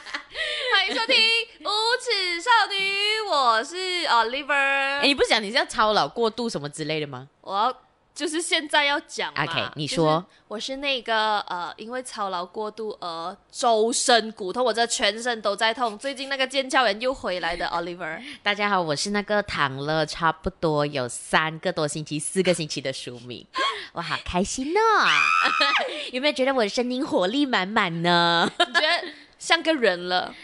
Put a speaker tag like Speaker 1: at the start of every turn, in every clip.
Speaker 1: 欢迎收听《无耻少女》，我是呃 Oliver。
Speaker 2: 哎，你不是讲你是要操劳过度什么之类的吗？
Speaker 1: 我要就是现在要讲嘛
Speaker 2: OK，你
Speaker 1: 就是
Speaker 2: 说
Speaker 1: 我是那个呃，因为操劳过度而周身骨痛，我这全身都在痛。最近那个腱鞘炎又回来 的 Oliver，
Speaker 2: 大家好，我是那个躺了差不多有三个多星期、四个星期的书 敏，我好开心 呢、有没有觉得我的声音活力满满 呢？
Speaker 1: 你觉得像个人了？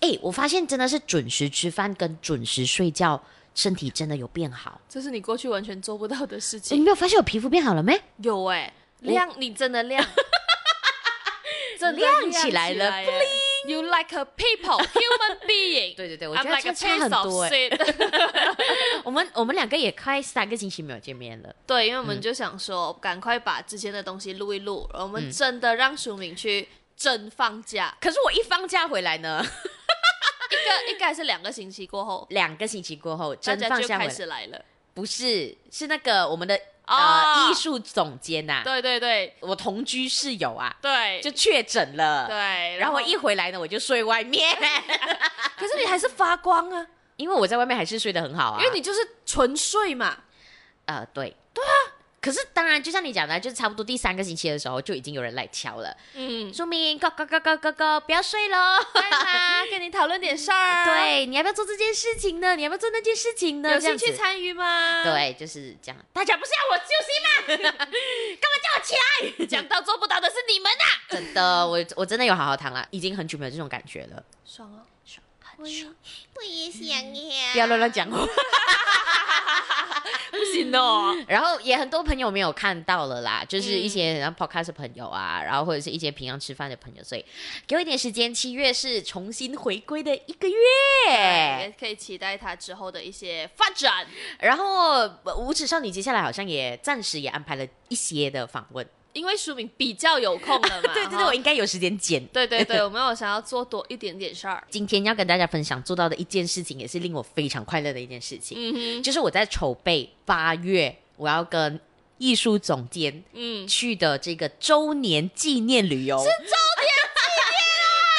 Speaker 2: 哎，我发现真的是准时吃饭跟准时睡觉，身体真的有变好。哦
Speaker 1: 这是你过去完全做不到的事
Speaker 2: 你
Speaker 1: 情。
Speaker 2: 没有发现我皮肤变好了没？
Speaker 1: 有哎、亮，你真的 亮，真的
Speaker 2: 亮起来了
Speaker 1: 欸 You like a people, human being.
Speaker 2: 对对对，我觉
Speaker 1: I'm
Speaker 2: 得
Speaker 1: like a
Speaker 2: 这个差
Speaker 1: piece
Speaker 2: 很
Speaker 1: of
Speaker 2: 多哎、
Speaker 1: shit.
Speaker 2: 我们我们两个也快三个星期没有见面了。
Speaker 1: 对，因为我
Speaker 2: 嗯
Speaker 1: 们就想说，赶快把之前的东西录一录，然后我们真的让淑敏去真放 假，
Speaker 2: 可是我一放假回来呢，
Speaker 1: 一个应该还是两个星期过后，
Speaker 2: 两个星期过后
Speaker 1: 大
Speaker 2: 真
Speaker 1: 家
Speaker 2: 放
Speaker 1: 就
Speaker 2: 假回
Speaker 1: 开
Speaker 2: 来，
Speaker 1: 始来了。
Speaker 2: 不是是那个我们的
Speaker 1: 哦
Speaker 2: 呃艺术总监呐、
Speaker 1: 对对对
Speaker 2: 我同居室友啊，
Speaker 1: 对，啊
Speaker 2: 就确诊了。
Speaker 1: 对，
Speaker 2: 然后我一，回来呢，我就睡外 面，
Speaker 1: 可是你还是发光啊，
Speaker 2: 因为我在外面还是睡得很好啊。
Speaker 1: 因为你就是纯睡嘛。
Speaker 2: 呃，对对啊。可是当然，就像你讲的，就是差不多第三个星期的时候，就已经有人来敲了。
Speaker 1: 嗯，
Speaker 2: 说明，go go go go go go，不要睡喽。
Speaker 1: 来啦，跟你讨论点事儿。，
Speaker 2: 对，你要不要做这件事情呢？你要不要做那件事情呢？
Speaker 1: 有
Speaker 2: 这
Speaker 1: 兴
Speaker 2: 样
Speaker 1: 趣
Speaker 2: 子
Speaker 1: 参与吗？，
Speaker 2: 对，就是这样。大家不是要我休息吗？干嘛叫我起来？
Speaker 1: 讲到做不到的是你们啊，
Speaker 2: 真的，我我真的有好好躺了，已经很久没有这种感觉了。
Speaker 1: 爽哦，爽，很
Speaker 3: 我也
Speaker 1: 爽，
Speaker 3: 我也想呀。
Speaker 2: 不要乱乱讲话。
Speaker 1: 不行哦。
Speaker 2: 然后也很多朋友没有看到了啦，就是一些然后 podcast 的朋友啊，然后或者是一些平常吃饭的朋友，所以给我一点时间，七月是重新回归的一个
Speaker 1: 对，也
Speaker 2: 月。
Speaker 1: 可以期待他之后的一些发展。
Speaker 2: 然后呃无耻少女接下来好像也暂时也安排了一些的访问，
Speaker 1: 因为书敏比较有空 了嘛，
Speaker 2: 对对对，
Speaker 1: 哈
Speaker 2: 我应该有时间剪。
Speaker 1: 对对 对，我们有想要做多一点点事儿。
Speaker 2: 今天要跟大家分享做到的一件事情，也是令我非常快乐的一件事情，
Speaker 1: 嗯哼，
Speaker 2: 就是我在筹备八月我要跟艺术总监
Speaker 1: 嗯，
Speaker 2: 去的这个周年纪念旅游。啊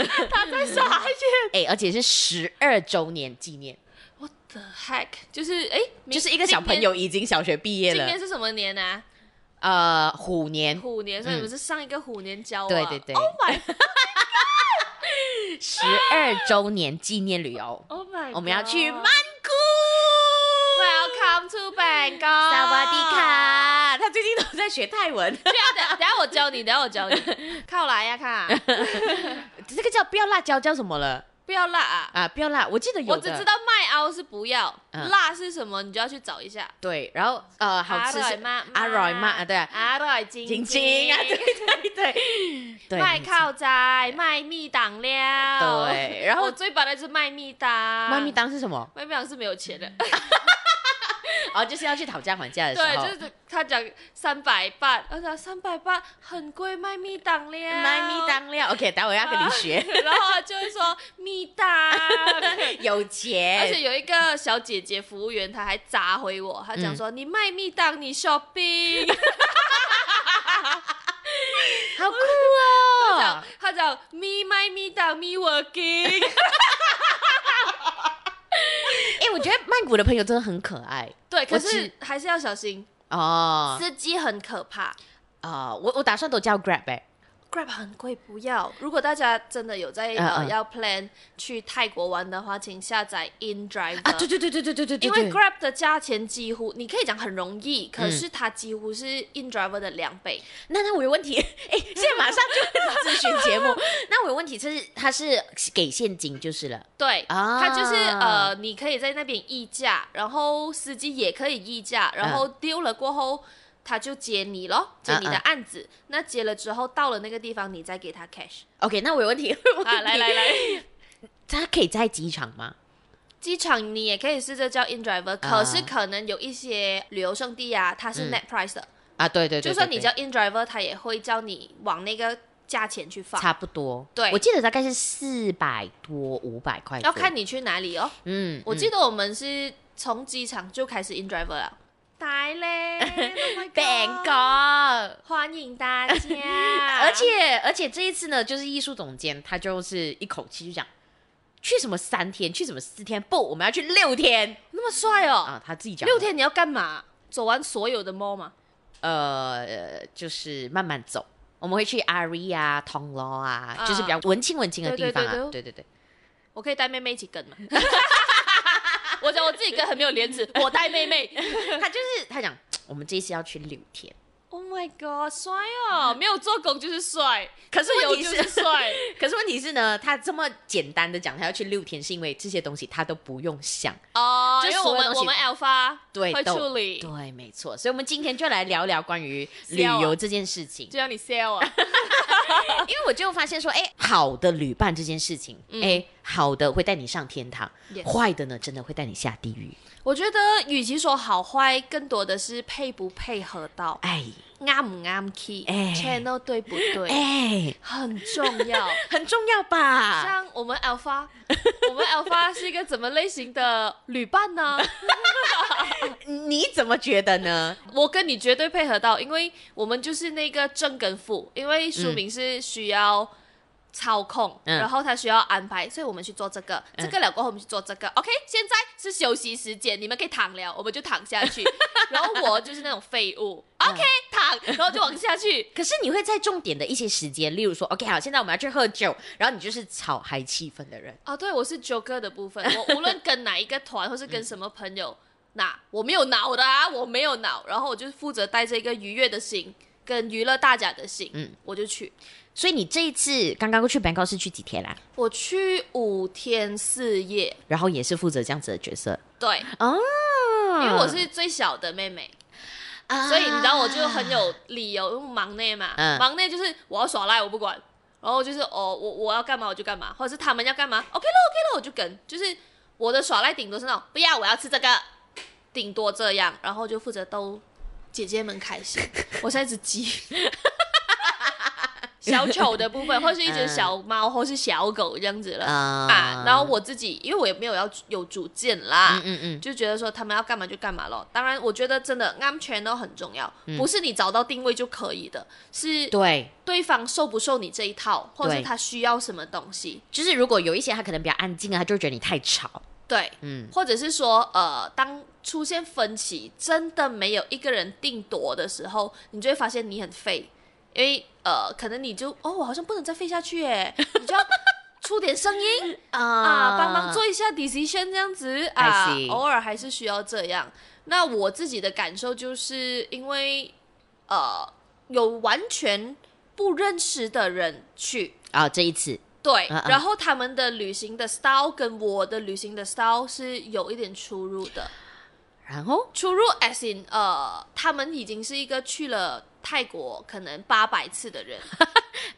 Speaker 1: 他在傻眼。
Speaker 2: 哎、而且是十二周年纪念，
Speaker 1: What the heck？就是哎，明
Speaker 2: 就是一个小朋。友已经小学毕业
Speaker 1: 今年今年
Speaker 2: 了，
Speaker 1: 是什么年啊？
Speaker 2: 呃，虎年
Speaker 1: 虎年，所以
Speaker 2: 嗯
Speaker 1: 你们是上一个虎年交往。
Speaker 2: 对对对
Speaker 1: Oh my
Speaker 2: 十二周年纪念旅游，
Speaker 1: Oh my，
Speaker 2: 我们要去曼
Speaker 1: God
Speaker 2: 谷。
Speaker 1: Welcome to Bangkok。
Speaker 2: 萨瓦迪。卡，他最近都在学泰文，
Speaker 1: 对啊，等等下我教你，等下我教你。靠来呀，看，
Speaker 2: 这个叫不要辣椒叫什么了
Speaker 1: 不要辣啊！
Speaker 2: 啊？不要辣，我记得有
Speaker 1: 我
Speaker 2: 的
Speaker 1: 只知道麦凹是不要，
Speaker 2: 嗯
Speaker 1: 辣是什么，你就要去找一下。
Speaker 2: 对，然后呃，好吃是
Speaker 1: 嘛，
Speaker 2: 阿瑞嘛啊对啊
Speaker 1: 阿瑞晶
Speaker 2: 晶晶啊，对对对对，
Speaker 1: 卖
Speaker 2: 没错
Speaker 1: 靠仔，卖蜜档了，
Speaker 2: 对然后
Speaker 1: 我最白的是卖蜜档，
Speaker 2: 妈咪，当是什么？
Speaker 1: 卖蜜档是没有钱的，
Speaker 2: 哦，就是要去讨价还价嗯的时候，
Speaker 1: 对，就是他讲三百八，他讲三百八很贵，卖蜜档了，
Speaker 2: 妈咪，当料。OK，待会要跟你学，
Speaker 1: 然后就会说蜜 档。
Speaker 2: 哎有钱，
Speaker 1: 而且有一个小姐姐服务员，她还砸回我，她讲
Speaker 2: 嗯
Speaker 1: 说：“你卖蜜档，你 shopping。”
Speaker 2: 好 酷哦！
Speaker 1: 讲他讲 me my me down me working，
Speaker 2: 哎、我觉得曼谷的朋友真的很可爱
Speaker 1: 对，可
Speaker 2: 我
Speaker 1: 是
Speaker 2: 只
Speaker 1: 还是要小心，
Speaker 2: 哦。
Speaker 1: 司机很可怕
Speaker 2: 啊、我我打算都叫 Grab 哎、
Speaker 1: ，Grab 很贵，不要。如果大家真的有在
Speaker 2: 嗯
Speaker 1: 呃
Speaker 2: 嗯
Speaker 1: 要 plan 去泰国玩的话，请下载 InDriver。
Speaker 2: 啊，对对对对对对对
Speaker 1: 因
Speaker 2: 对，
Speaker 1: 为 Grab 的价钱几乎，你可以讲很容易，
Speaker 2: 嗯
Speaker 1: 可是它几乎是 InDriver 的两倍。
Speaker 2: 那那我有问题， 哎、现在马上就咨询节 目。那我有问题，就是他是给现金就是了
Speaker 1: 对，
Speaker 2: 啊
Speaker 1: 它就是呃，你可以在那边议价，然后司机也可以议价，然后丢了过后。他就接你咯，接你的
Speaker 2: 嗯嗯
Speaker 1: 案子。那接了之后，到了那个地方，你再给他 cash。
Speaker 2: OK，那我有问题，我有问题
Speaker 1: 啊，来来，来，
Speaker 2: 他可以在机场吗？
Speaker 1: 机场你也可以试着叫 in driver，、可是可能有一些旅游胜地啊，它是
Speaker 2: 啊嗯
Speaker 1: net price 的，
Speaker 2: 啊，对对对
Speaker 1: 就算你叫
Speaker 2: 叫
Speaker 1: in driver，他也会叫你往那个价钱去放，
Speaker 2: 差不多，
Speaker 1: 对
Speaker 2: 我记得大概是四百多五百块，
Speaker 1: 要看，你去哪里哦。
Speaker 2: 嗯，
Speaker 1: 我
Speaker 2: 嗯
Speaker 1: 记得我们是 从机场就开始 in driver 了。大嘞，Oh
Speaker 2: Bangkok，的。，
Speaker 1: 欢迎大 家
Speaker 2: 而且而且这一次呢，就是艺术总监他就是一口气就讲，去什么三天，去什么四天，不，我们要去六天
Speaker 1: 那么帅哦，
Speaker 2: 啊！他自己讲的
Speaker 1: 六，天你要干嘛？走完所有的 mall 嘛？
Speaker 2: 呃，就是慢慢走，我们会去阿瑞啊、铜锣啊，
Speaker 1: 啊
Speaker 2: 就是比较文青文青的地方啊，
Speaker 1: 对
Speaker 2: 对对对，
Speaker 1: 我可以带妹妹一起跟嘛？ 我讲我自己跟很没有廉 耻，我带妹妹。
Speaker 2: 他就是他讲，我们这一次要去六天，
Speaker 1: Oh my god，帅哦！没有做工就是帅，
Speaker 2: 可是
Speaker 1: 有
Speaker 2: 问
Speaker 1: 就
Speaker 2: 题
Speaker 1: 是
Speaker 2: 是，
Speaker 1: 帅。
Speaker 2: 可是问题是呢，他这么简单的讲他要去六天，是因为这些东西他都不用想，
Speaker 1: 哦，
Speaker 2: 就
Speaker 1: 因为
Speaker 2: 所
Speaker 1: 我
Speaker 2: 有
Speaker 1: 们
Speaker 2: 东西
Speaker 1: 我们 Alpha
Speaker 2: 对，
Speaker 1: 会
Speaker 2: 都
Speaker 1: 处理，
Speaker 2: 对，没错，所以我们今天就来聊聊关于旅
Speaker 1: 笑啊
Speaker 2: 游这件事情，
Speaker 1: 就让你 sell 啊。
Speaker 2: 因为我就发现说，哎，好的旅伴这件事情，哎、好的会带你上天堂
Speaker 1: 嗯 Yes
Speaker 2: 坏的呢，真的会带你下地狱，
Speaker 1: 我觉得与其说好坏，更多的是配不配合到，
Speaker 2: 哎
Speaker 1: 啱唔啱 key，
Speaker 2: 哎
Speaker 1: channel 对不对，
Speaker 2: 哎，
Speaker 1: 很重要。
Speaker 2: 很重要吧？
Speaker 1: 像我们 Alpha，我 们 Alpha 是一个怎么类型的旅伴 呢？
Speaker 2: 你怎么觉得呢？
Speaker 1: 我跟你绝对配合到，因为我们就是那个正跟副，因为书名是需要操控，
Speaker 2: 嗯
Speaker 1: 然后他需要安排，所以我们去做这个，
Speaker 2: 嗯
Speaker 1: 这个了过后我们去做这个。OK，现在是休息时间，你们可以躺了，我们就躺下 去。然后我就是那种废物，OK，躺，然后就往下去。
Speaker 2: 可是你会在重点的一些时间，例如说，OK，好，现在我们要去喝酒，然后你就是炒嗨气氛的人。
Speaker 1: 啊，对，我是 Joker 的部分，我无论跟哪一个团或是跟什么朋友，那我没有脑的啊，我没有脑，然后我就负责带着一个愉悦的心跟娱乐大家的心，
Speaker 2: 嗯
Speaker 1: 嗯，我就去。
Speaker 2: 所以你这一次刚刚过去 Bangkok 是去几天啦、
Speaker 1: 我去五天四夜，
Speaker 2: 然后也是负责这样子的角色
Speaker 1: 对，
Speaker 2: 哦，
Speaker 1: 嗯因为我是最小的妹妹，
Speaker 2: 啊
Speaker 1: 所以你知道我就很有理由，因为忙内嘛，
Speaker 2: 嗯
Speaker 1: 忙内就是我要耍赖我不管，然后就是哦我我要干嘛我就干嘛，或者是他们要干嘛，OK 了 OK 了我就跟，就是我的耍赖顶多是那种不要我要吃这个，顶多这样，然后就负责逗姐姐们开心。我现在只鸡。 小丑的部分，或是一只
Speaker 2: 嗯
Speaker 1: 小猫，或是小狗这样子了。
Speaker 2: 啊
Speaker 1: 啊，然后我自己，因为我也没有要有主见啦
Speaker 2: 嗯，嗯嗯，
Speaker 1: 就觉得说他们要干嘛就干嘛咯。当然，我觉得真的安全都很重要，不是你找到定位就可以的，是
Speaker 2: 嗯对，
Speaker 1: 对方受不受你这一套，或者
Speaker 2: 对
Speaker 1: 是他需要什么东西，
Speaker 2: 就是如果有一些他可能比较安静啊，他就会觉得你太吵，
Speaker 1: 对，
Speaker 2: 嗯，
Speaker 1: 或者是说呃，当出现分歧，真的没有一个人定夺的时候，你就会发现你很废，因为呃，可能你就哦，我好像不能再废下去耶，你就要出点声音。
Speaker 2: 啊
Speaker 1: 啊，帮忙做一下 decision 这样子啊
Speaker 2: I see，
Speaker 1: 偶尔还是需要这样。那我自己的感受就是因为呃，有完全不认识的人去。
Speaker 2: 啊、这一次
Speaker 1: 对
Speaker 2: 嗯嗯
Speaker 1: 然后他们的旅行的 style 跟我的旅行的 style 是有一点出入的。
Speaker 2: 然后
Speaker 1: 出入 as in 呃，他们已经是一个去了泰国可能八百次的人，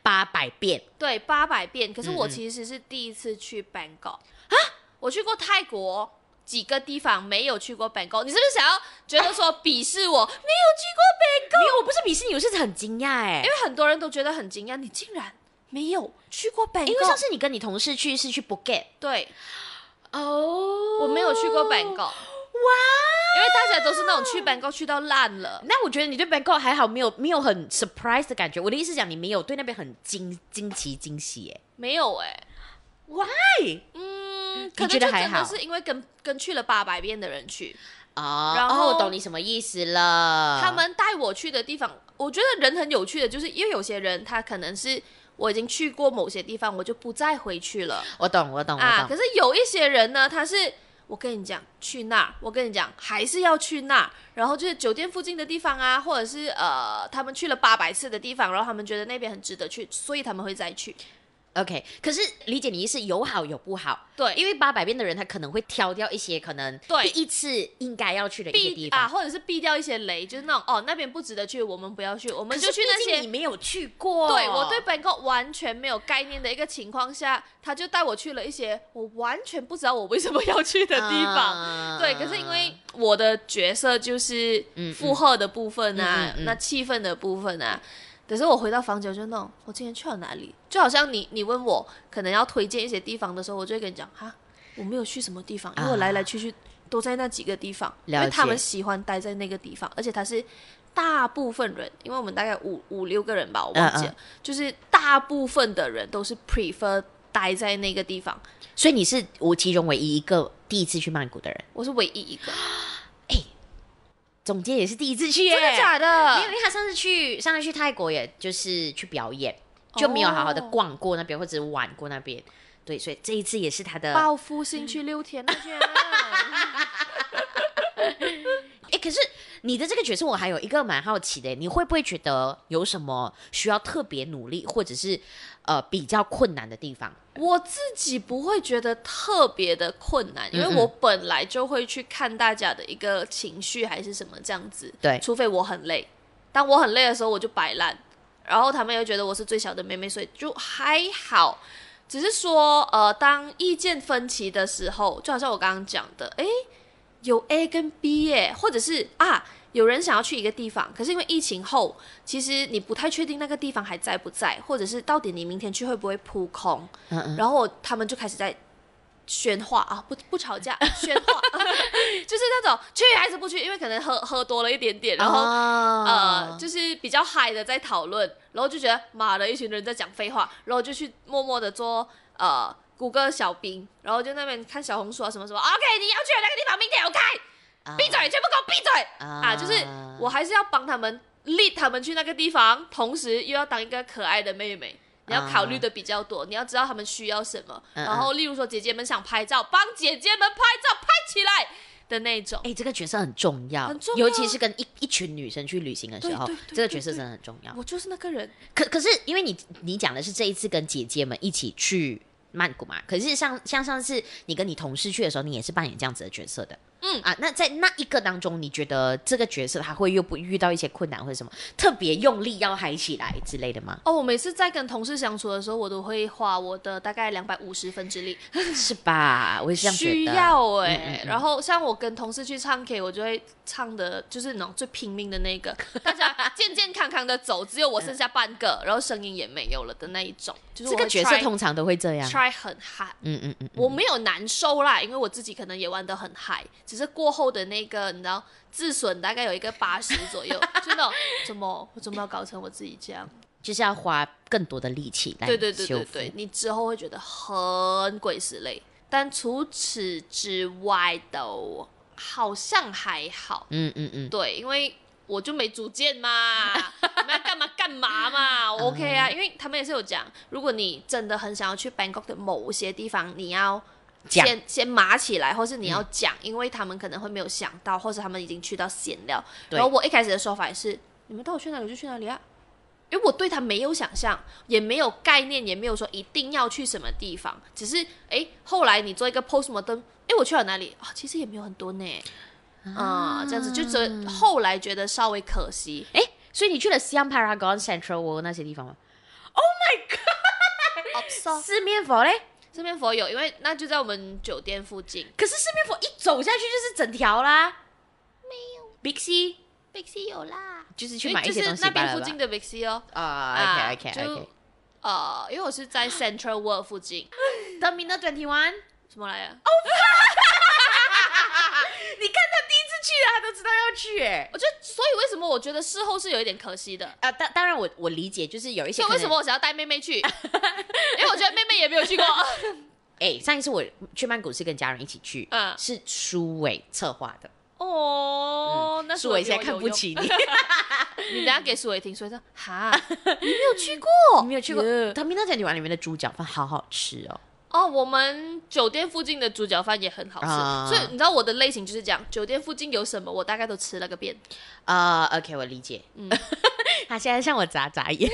Speaker 2: 八百遍，
Speaker 1: 对，八百遍。可是我
Speaker 2: 嗯嗯
Speaker 1: 其实是第一次去 Bangkok 啊，我去过泰国几个地方，没有去过 Bangkok。你是不是想要觉得说鄙视我？没有去过 Bangkok，
Speaker 2: 没有，我不是鄙视你，我是很惊讶哎
Speaker 1: 因，为很多人都觉得很惊讶，你竟然没有去过 Bangkok。
Speaker 2: 因为上次你跟你同事去是去 Phuket
Speaker 1: 对
Speaker 2: 哦
Speaker 1: 我没有去过 Bangkok，
Speaker 2: 哇。
Speaker 1: 因为大家都是那种去 Bangkok 去到烂了。
Speaker 2: 那我觉得你对 Bangkok 还好，没有没有很 surprise 的感觉。我的意思讲，你没有对那边很惊惊奇惊喜耶。
Speaker 1: 没有哎、
Speaker 2: Why？
Speaker 1: 嗯，
Speaker 2: 觉
Speaker 1: 可能就
Speaker 2: 得还
Speaker 1: 真的
Speaker 2: 好
Speaker 1: 是因为跟跟去了八百遍的人去，
Speaker 2: 哦，
Speaker 1: 然后
Speaker 2: 哦我懂你什么意思了。
Speaker 1: 他们带我去的地方，我觉得人很有趣的，就是因为有些人他可能是我已经去过某些地方，我就不再回去了
Speaker 2: 我懂，哦我懂，我懂。
Speaker 1: 啊。可是有一些人呢，他是我跟你讲去那儿，我跟你讲还是要去那儿，然后就是酒店附近的地方啊，或者是呃他们去了八百次的地方，然后他们觉得那边很值得去，所以他们会再去。
Speaker 2: OK，可是理解你意思有好有不好，
Speaker 1: 对，
Speaker 2: 因为八百遍的人他可能会挑掉一些可能
Speaker 1: 对
Speaker 2: 第一次应该要去的一些
Speaker 1: 避
Speaker 2: 地
Speaker 1: 啊，
Speaker 2: 方。
Speaker 1: 或者是避掉一些雷，就是那种哦那边不值得去，我们不要去，我
Speaker 2: 可
Speaker 1: 们
Speaker 2: 是
Speaker 1: 就去那
Speaker 2: 毕
Speaker 1: 些
Speaker 2: 竟你没有去过，
Speaker 1: 对我对 Bangkok 完全没有概念的一个情况下，他就带我去了一些我完全不知道我为什么要去的地方。
Speaker 2: 啊
Speaker 1: 对，可是因为我的角色就是
Speaker 2: 嗯嗯
Speaker 1: 负荷的部分啊，
Speaker 2: 嗯嗯嗯
Speaker 1: 那气氛的部分啊。可是我回到房间我就弄，我今天去了哪里？就好像你你问我可能要推荐一些地方的时候，我就会跟你讲哈，我没有去什么地方，因为我
Speaker 2: 啊
Speaker 1: 来来去去都在那几个地方，因
Speaker 2: 了
Speaker 1: 为他
Speaker 2: 解
Speaker 1: 们喜欢待在那个地方，而且他是大部分人，因为我们大概五五六个人吧，我忘记了，
Speaker 2: 嗯
Speaker 1: 就是大部分的人都是 prefer 待在那个地方，
Speaker 2: 所以你是我其中唯一一个第一次去曼谷的人。
Speaker 1: 我是唯一一个，
Speaker 2: 总监也是第一次去耶，
Speaker 1: 真的假
Speaker 2: 没有，因
Speaker 1: 的？
Speaker 2: 为他上次去上次去泰国，也就是去表演，就没有好好的
Speaker 1: 哦
Speaker 2: 逛过那边、或者玩过那边。对，所以这一次也是他的。
Speaker 1: 报复性去六天的天啊
Speaker 2: 哎，可是你的这个角色，我还有一个蛮好奇的，你会不会觉得有什么需要特别努力，或者是呃比较困难的地方？
Speaker 1: 我自己不会觉得特别的困难，因为
Speaker 2: 嗯嗯
Speaker 1: 我本来就会去看大家的一个情绪还是什么这样子。
Speaker 2: 对
Speaker 1: 除非我很累，当我很累的时候我就摆烂，然后他们又觉得我是最小的妹妹，所以就还好。只是说，呃，当意见分歧的时候，就好像我刚刚讲的，诶，有 A 跟 B 耶，或者是啊，有人想要去一个地方，可是因为疫情后，其实你不太确定那个地方还在不在，或者是到底你明天去会不会扑空，
Speaker 2: 嗯嗯，
Speaker 1: 然后我他们就开始在喧哗啊，不不吵架，喧哗， 就是那种去还是不去，因为可能喝喝多了一点点，然后、
Speaker 2: 哦
Speaker 1: 呃，就是比较嗨的在讨论，然后就觉得妈的一群人在讲废话，然后就去默默的做呃谷歌小兵，然后就那边看小红书啊什么什么，OK，你要去的那个地方明天有开，
Speaker 2: 啊
Speaker 1: 闭嘴，全部给我闭嘴啊！就是我还是要帮他们 lead 他们去那个地方，同时又要当一个可爱的妹妹。你要考虑的比较多，你要知道他们需要什么。
Speaker 2: 嗯嗯
Speaker 1: 然后，例如说姐姐们想拍照，帮姐姐们拍照拍起来的那种。
Speaker 2: 哎、这个角色很重要，
Speaker 1: 很重
Speaker 2: 尤
Speaker 1: 要
Speaker 2: 其
Speaker 1: 啊
Speaker 2: 是跟一一群女生去旅行的时
Speaker 1: 对
Speaker 2: 候
Speaker 1: 对，对
Speaker 2: 这
Speaker 1: 对
Speaker 2: 个角色
Speaker 1: 对
Speaker 2: 真的很重要。
Speaker 1: 我就是那个人，
Speaker 2: 可可是因为你你讲的是这一次跟姐姐们一起去曼谷嘛，可是像像上次你跟你同事去的时候，你也是扮演这样子的角色的。
Speaker 1: 嗯
Speaker 2: 啊，那在那一个当中，你觉得这个角色他会又不遇到一些困难或者什么特别用力要嗨起来之类的吗？
Speaker 1: 哦，我每次在跟同事相处的时候，我都会花我的大概两百五十分之力，
Speaker 2: 是吧？我也是这样觉得。
Speaker 1: 需要哎、
Speaker 2: 嗯嗯嗯
Speaker 1: 然后像我跟同事去唱 K，我就会唱的就是那种最拼命的那 个，大家健健康康的走，只有我剩下半个， 然后声音也没有了的那一种，就是
Speaker 2: 这
Speaker 1: 我
Speaker 2: 个
Speaker 1: 会
Speaker 2: 角色
Speaker 1: try-
Speaker 2: 通常都会这样。
Speaker 1: try 很 hard。
Speaker 2: 嗯嗯嗯，
Speaker 1: 我没有难受啦，因为我自己可能也玩得很嗨，只是过后的那个你知道自损大概有一个八十左右，就那种 怎么我怎么要搞成我自己这样？
Speaker 2: 就是要花更多的力气来
Speaker 1: 对对对
Speaker 2: 修
Speaker 1: 对
Speaker 2: 复
Speaker 1: 对，你之后会觉得很鬼死累。但除此之外都好像还好，
Speaker 2: 嗯嗯嗯，
Speaker 1: 对，因为我就没主见嘛，你们要干嘛干嘛
Speaker 2: 嗯
Speaker 1: 嘛我，OK 啊。因为他们也是有讲，如果你真的很想要去 Bangkok 的某些地方，你要
Speaker 2: 讲嗯
Speaker 1: 先先码起来，或是你要讲，因为他们可能会没有想到，或是他们已经去到闲聊。
Speaker 2: 对
Speaker 1: 然后我一开始的说法也是，你们带我去哪里我就去哪里啊。因为我对他没有想象，也没有概念，也没有说一定要去什么地方，只是诶，后来你做一个 post mortem，诶，我去了哪里啊、其实也没有很多呢，啊、这样子就只后来觉得稍微可 惜，
Speaker 2: 哎，所以你去了 Siam Paragon Central World 那些地方吗？
Speaker 1: 哦，
Speaker 2: 四面佛嘞？
Speaker 1: 这边佛有，因为那就在我们酒店附近。
Speaker 2: 可是四面佛一走下去就是整条啦。没有。Big C
Speaker 1: Big C 有啦，
Speaker 2: 就是去
Speaker 1: 因
Speaker 2: 买
Speaker 1: 为
Speaker 2: 一
Speaker 1: 就
Speaker 2: 些
Speaker 1: 是
Speaker 2: 东西
Speaker 1: 那
Speaker 2: 罢
Speaker 1: 边
Speaker 2: 了
Speaker 1: 附
Speaker 2: 吧
Speaker 1: 近。的 Big C 哦，
Speaker 2: 啊，OK
Speaker 1: 啊
Speaker 2: OK
Speaker 1: 就
Speaker 2: OK。
Speaker 1: 呃，因为我是在 Central World 附近，哦
Speaker 2: Terminal Twenty One，
Speaker 1: 什么来着？啊
Speaker 2: 你看他第一次去了，他都知道要去哎。
Speaker 1: 我就所以为什么我觉得事后是有一点可惜的，
Speaker 2: 啊，当当然我我理解，就是有一些
Speaker 1: 所以为
Speaker 2: 可
Speaker 1: 什
Speaker 2: 能
Speaker 1: 么我想要带妹妹去？ 因为我觉得妹妹也没有 去过。
Speaker 2: 哎，上一次我去曼谷是跟家人一起去，
Speaker 1: 嗯
Speaker 2: 是苏伟策划的，
Speaker 1: 哦，那
Speaker 2: 苏
Speaker 1: 我
Speaker 2: 伟现在看不。起 你，
Speaker 1: 你等一下给苏伟听，苏伟说哈， 你没有去过？
Speaker 2: 你没有去过
Speaker 1: Yeah
Speaker 2: Terminal Twenty One 里面的猪脚饭好好吃哦。
Speaker 1: 哦，我们酒店附近的猪脚饭也很好吃，
Speaker 2: 啊
Speaker 1: 所以你知道我的类型就是这样，酒店附近有什么我大概都吃了个遍。
Speaker 2: 啊、o k 我理解。嗯， 他现在向我眨眨 眼。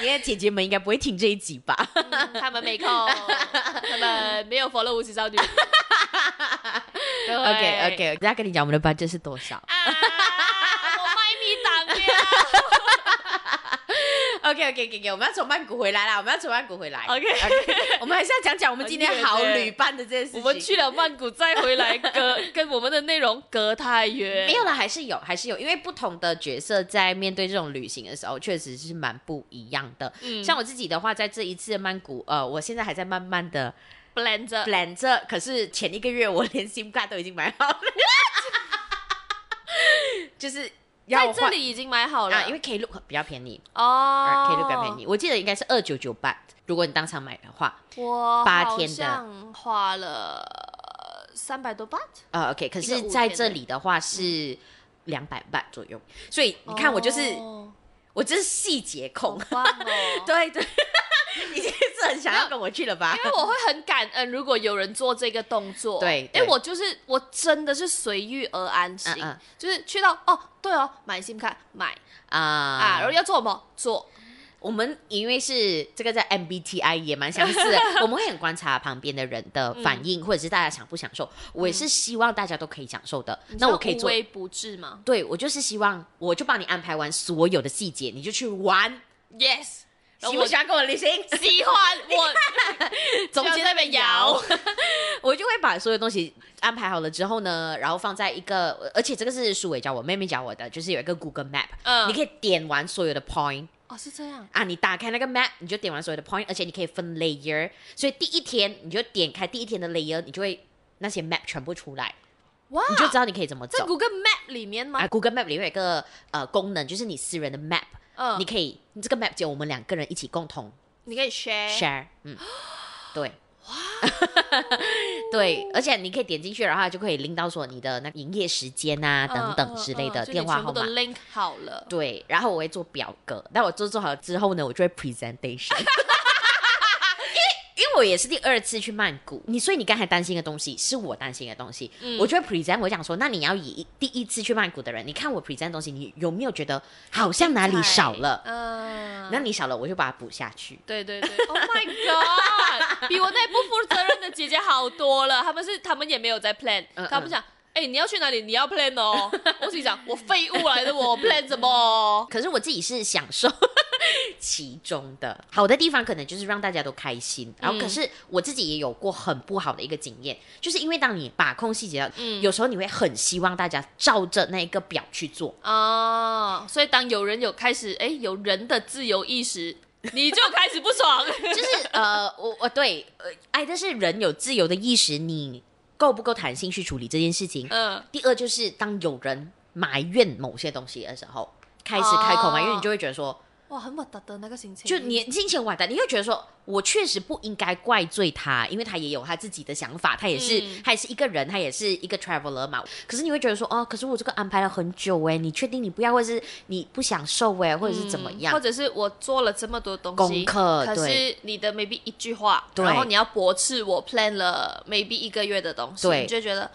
Speaker 2: 你的姐姐们应该不会听这一集吧？
Speaker 1: 嗯他们没空， 他们没有 follow 无耻少 女。对
Speaker 2: OK OK，人家跟你讲我们的 budget 是多少
Speaker 1: 啊，我卖米长面。
Speaker 2: ？OK OK OK，我们要从曼谷回来啦，我们要从曼谷回来。
Speaker 1: OK
Speaker 2: OK，我们还是要讲讲我们今天好旅伴的这件事情。
Speaker 1: 我们去了曼谷再回来， 隔跟我们的内容隔太远。
Speaker 2: 没有啦，还是有，还是有，因为不同的角色在面对这种旅行的时候，确实是蛮不一样的。
Speaker 1: 嗯
Speaker 2: 像我自己的话，在这一次的曼谷，呃，我现在还在慢慢的
Speaker 1: blend 着
Speaker 2: plan 着，可是前一个月我连 SIM 卡都已经买好了，就是要
Speaker 1: 在
Speaker 2: 我
Speaker 1: 这
Speaker 2: 换
Speaker 1: 里已经买好了，
Speaker 2: 啊，因为啊 Klook 比较便宜、
Speaker 1: 哦
Speaker 2: k l o o k 比较便宜，我记得应该是二九九八，如果你当场买的话，
Speaker 1: 我
Speaker 2: 八
Speaker 1: 好
Speaker 2: 天的
Speaker 1: 像花了三百多 baht，
Speaker 2: 呃，OK，可
Speaker 1: 一个
Speaker 2: 是
Speaker 1: 五
Speaker 2: 在
Speaker 1: 天
Speaker 2: 这
Speaker 1: 的嗯
Speaker 2: 里的话是两百万左右，所以你看我就是、
Speaker 1: 哦
Speaker 2: 我就是细节控，。
Speaker 1: 好棒哦
Speaker 2: 对啊对， 你现在是很想要跟我去了吧
Speaker 1: 因？为我会很感恩，如果有人做这个动作，
Speaker 2: 对
Speaker 1: 因为
Speaker 2: 对
Speaker 1: 我就是我真的是随遇而安型，
Speaker 2: 嗯嗯
Speaker 1: 就是去到哦，对哦，买 SIM 卡买
Speaker 2: 啊
Speaker 1: 啊，然后要做什么做，
Speaker 2: 我们因为是这个在 MBTI 也蛮相似 的，我们会很观察旁边的人的反
Speaker 1: 嗯
Speaker 2: 应，或者是大家享不享受。我也是希望大家都可以享受的，那我可以
Speaker 1: 你知道
Speaker 2: 做
Speaker 1: 无。微不至吗
Speaker 2: 对，我就是希望，我就帮你安排完所有的细节，你就去玩。
Speaker 1: ？Yes，然
Speaker 2: 喜
Speaker 1: 后
Speaker 2: 不
Speaker 1: 我
Speaker 2: 喜欢跟我旅行？
Speaker 1: 喜欢我
Speaker 2: 中
Speaker 1: 就
Speaker 2: 间
Speaker 1: 在那边摇，
Speaker 2: 我就会把所有东西安排好了之后呢，然后放在一个，而且这个是舒伟教我、妹妹教我的，就是有一个 Google Map，、
Speaker 1: 嗯
Speaker 2: 你可以点完所有的 point，
Speaker 1: 哦，是这样，
Speaker 2: 啊，你打开那个 map，你就点完所有的 point，而且你可以分 layer，所以第一天你就点开第一天的 layer，你就会那些 map 全部出来，
Speaker 1: 哇，
Speaker 2: 你就知道你可以怎么
Speaker 1: 在
Speaker 2: 走。
Speaker 1: Google Map 里面吗
Speaker 2: 啊？，Google Map 里面有一个呃功能，就是你私人的 map，、
Speaker 1: 嗯，
Speaker 2: 你
Speaker 1: 你
Speaker 2: 可以这个 map 只有我们两个人一起共同
Speaker 1: 你可以 share，
Speaker 2: share，嗯，对。 对，而且你可以点进去，然后它就可以拎到说你的那个营业时间啊、
Speaker 1: 呃
Speaker 2: 等等之类的、
Speaker 1: 嗯就你
Speaker 2: 电话
Speaker 1: 全部
Speaker 2: 号码
Speaker 1: 都。link 好了，
Speaker 2: 对，然后我会做表格，但我做做好之后呢，我就会 presentation。因为因为我也是第二次去曼谷，嗯你所以你刚才担心的东西是我担心的东西，我就会 present。我讲说，那你要以第一次去曼谷的人，你看我 present 东西，你有没有觉得好像哪里少了？
Speaker 1: 嗯，
Speaker 2: 那你少了，我就把它补下去。
Speaker 1: 对对对，Oh my God，比我那不负责任的姐姐好多了。他们是他们也没有在 plan，
Speaker 2: 嗯
Speaker 1: 他们讲，哎、你要去哪里？你要 plan 哦。我心想，我废物来的我，plan 什么？
Speaker 2: 可是我自己是享受 其中的。好的地方可能就是让大家都开心，
Speaker 1: 嗯
Speaker 2: 然后可是我自己也有过很不好的一个经验，就是因为当你把控细节到，
Speaker 1: 嗯
Speaker 2: 有时候你会很希望大家照着那一个表去 做。
Speaker 1: 啊、所以当有人有开始，哎，有人的自由意识，你就开始不 爽。
Speaker 2: 就是呃，我我对呃，哎，但是人有自由的意识，你够不够弹性去处理这件事情？
Speaker 1: 嗯，
Speaker 2: 第二就是当有人埋怨某些东西的时候，开始开口埋怨，
Speaker 1: 哦
Speaker 2: 你就会觉得说，
Speaker 1: 哇，很稳当的那个心情，
Speaker 2: 就你心情完蛋，你又觉得说，我确实不应该怪罪他，因为他也有他自己的想法，他也是、
Speaker 1: 嗯
Speaker 2: 他也是一个人，他也是一个 traveler 嘛。可是你会觉得说，哦，可是我这个安排了很久哎，你确定你不要，或者是你不享受哎，或者是怎么样？
Speaker 1: 嗯或者是我做了这么多东西，
Speaker 2: 功课
Speaker 1: 可是
Speaker 2: 对
Speaker 1: 你的 maybe 一句话，
Speaker 2: 对
Speaker 1: 然后你要驳斥我 plan 了 maybe 一个月的东西，
Speaker 2: 对
Speaker 1: 你就觉得，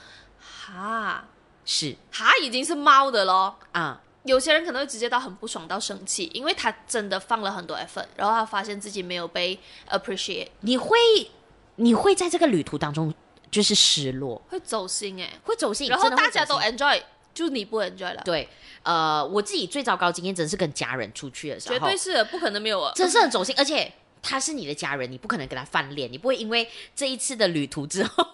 Speaker 1: 哈
Speaker 2: 是
Speaker 1: 哈已经是猫的咯。
Speaker 2: 啊，
Speaker 1: 有些人可能会直接到很不爽到生气，因为他真的放了很多 effort，然后他发现自己没有被 appreciate，
Speaker 2: 你会你会在这个旅途当中就是失落，
Speaker 1: 会走心哎。
Speaker 2: 会走心，
Speaker 1: 然后
Speaker 2: 真的会
Speaker 1: 大家
Speaker 2: 走
Speaker 1: 都
Speaker 2: 心
Speaker 1: enjoy，就你不 enjoy 了，
Speaker 2: 对，呃，我自己最糟糕经验真的是跟家人出去的时候，
Speaker 1: 绝对是的不可能没有啊。
Speaker 2: 真是很走心，而且他是你的家人，你不可能跟他翻脸，你不会因为这一次的旅途之后，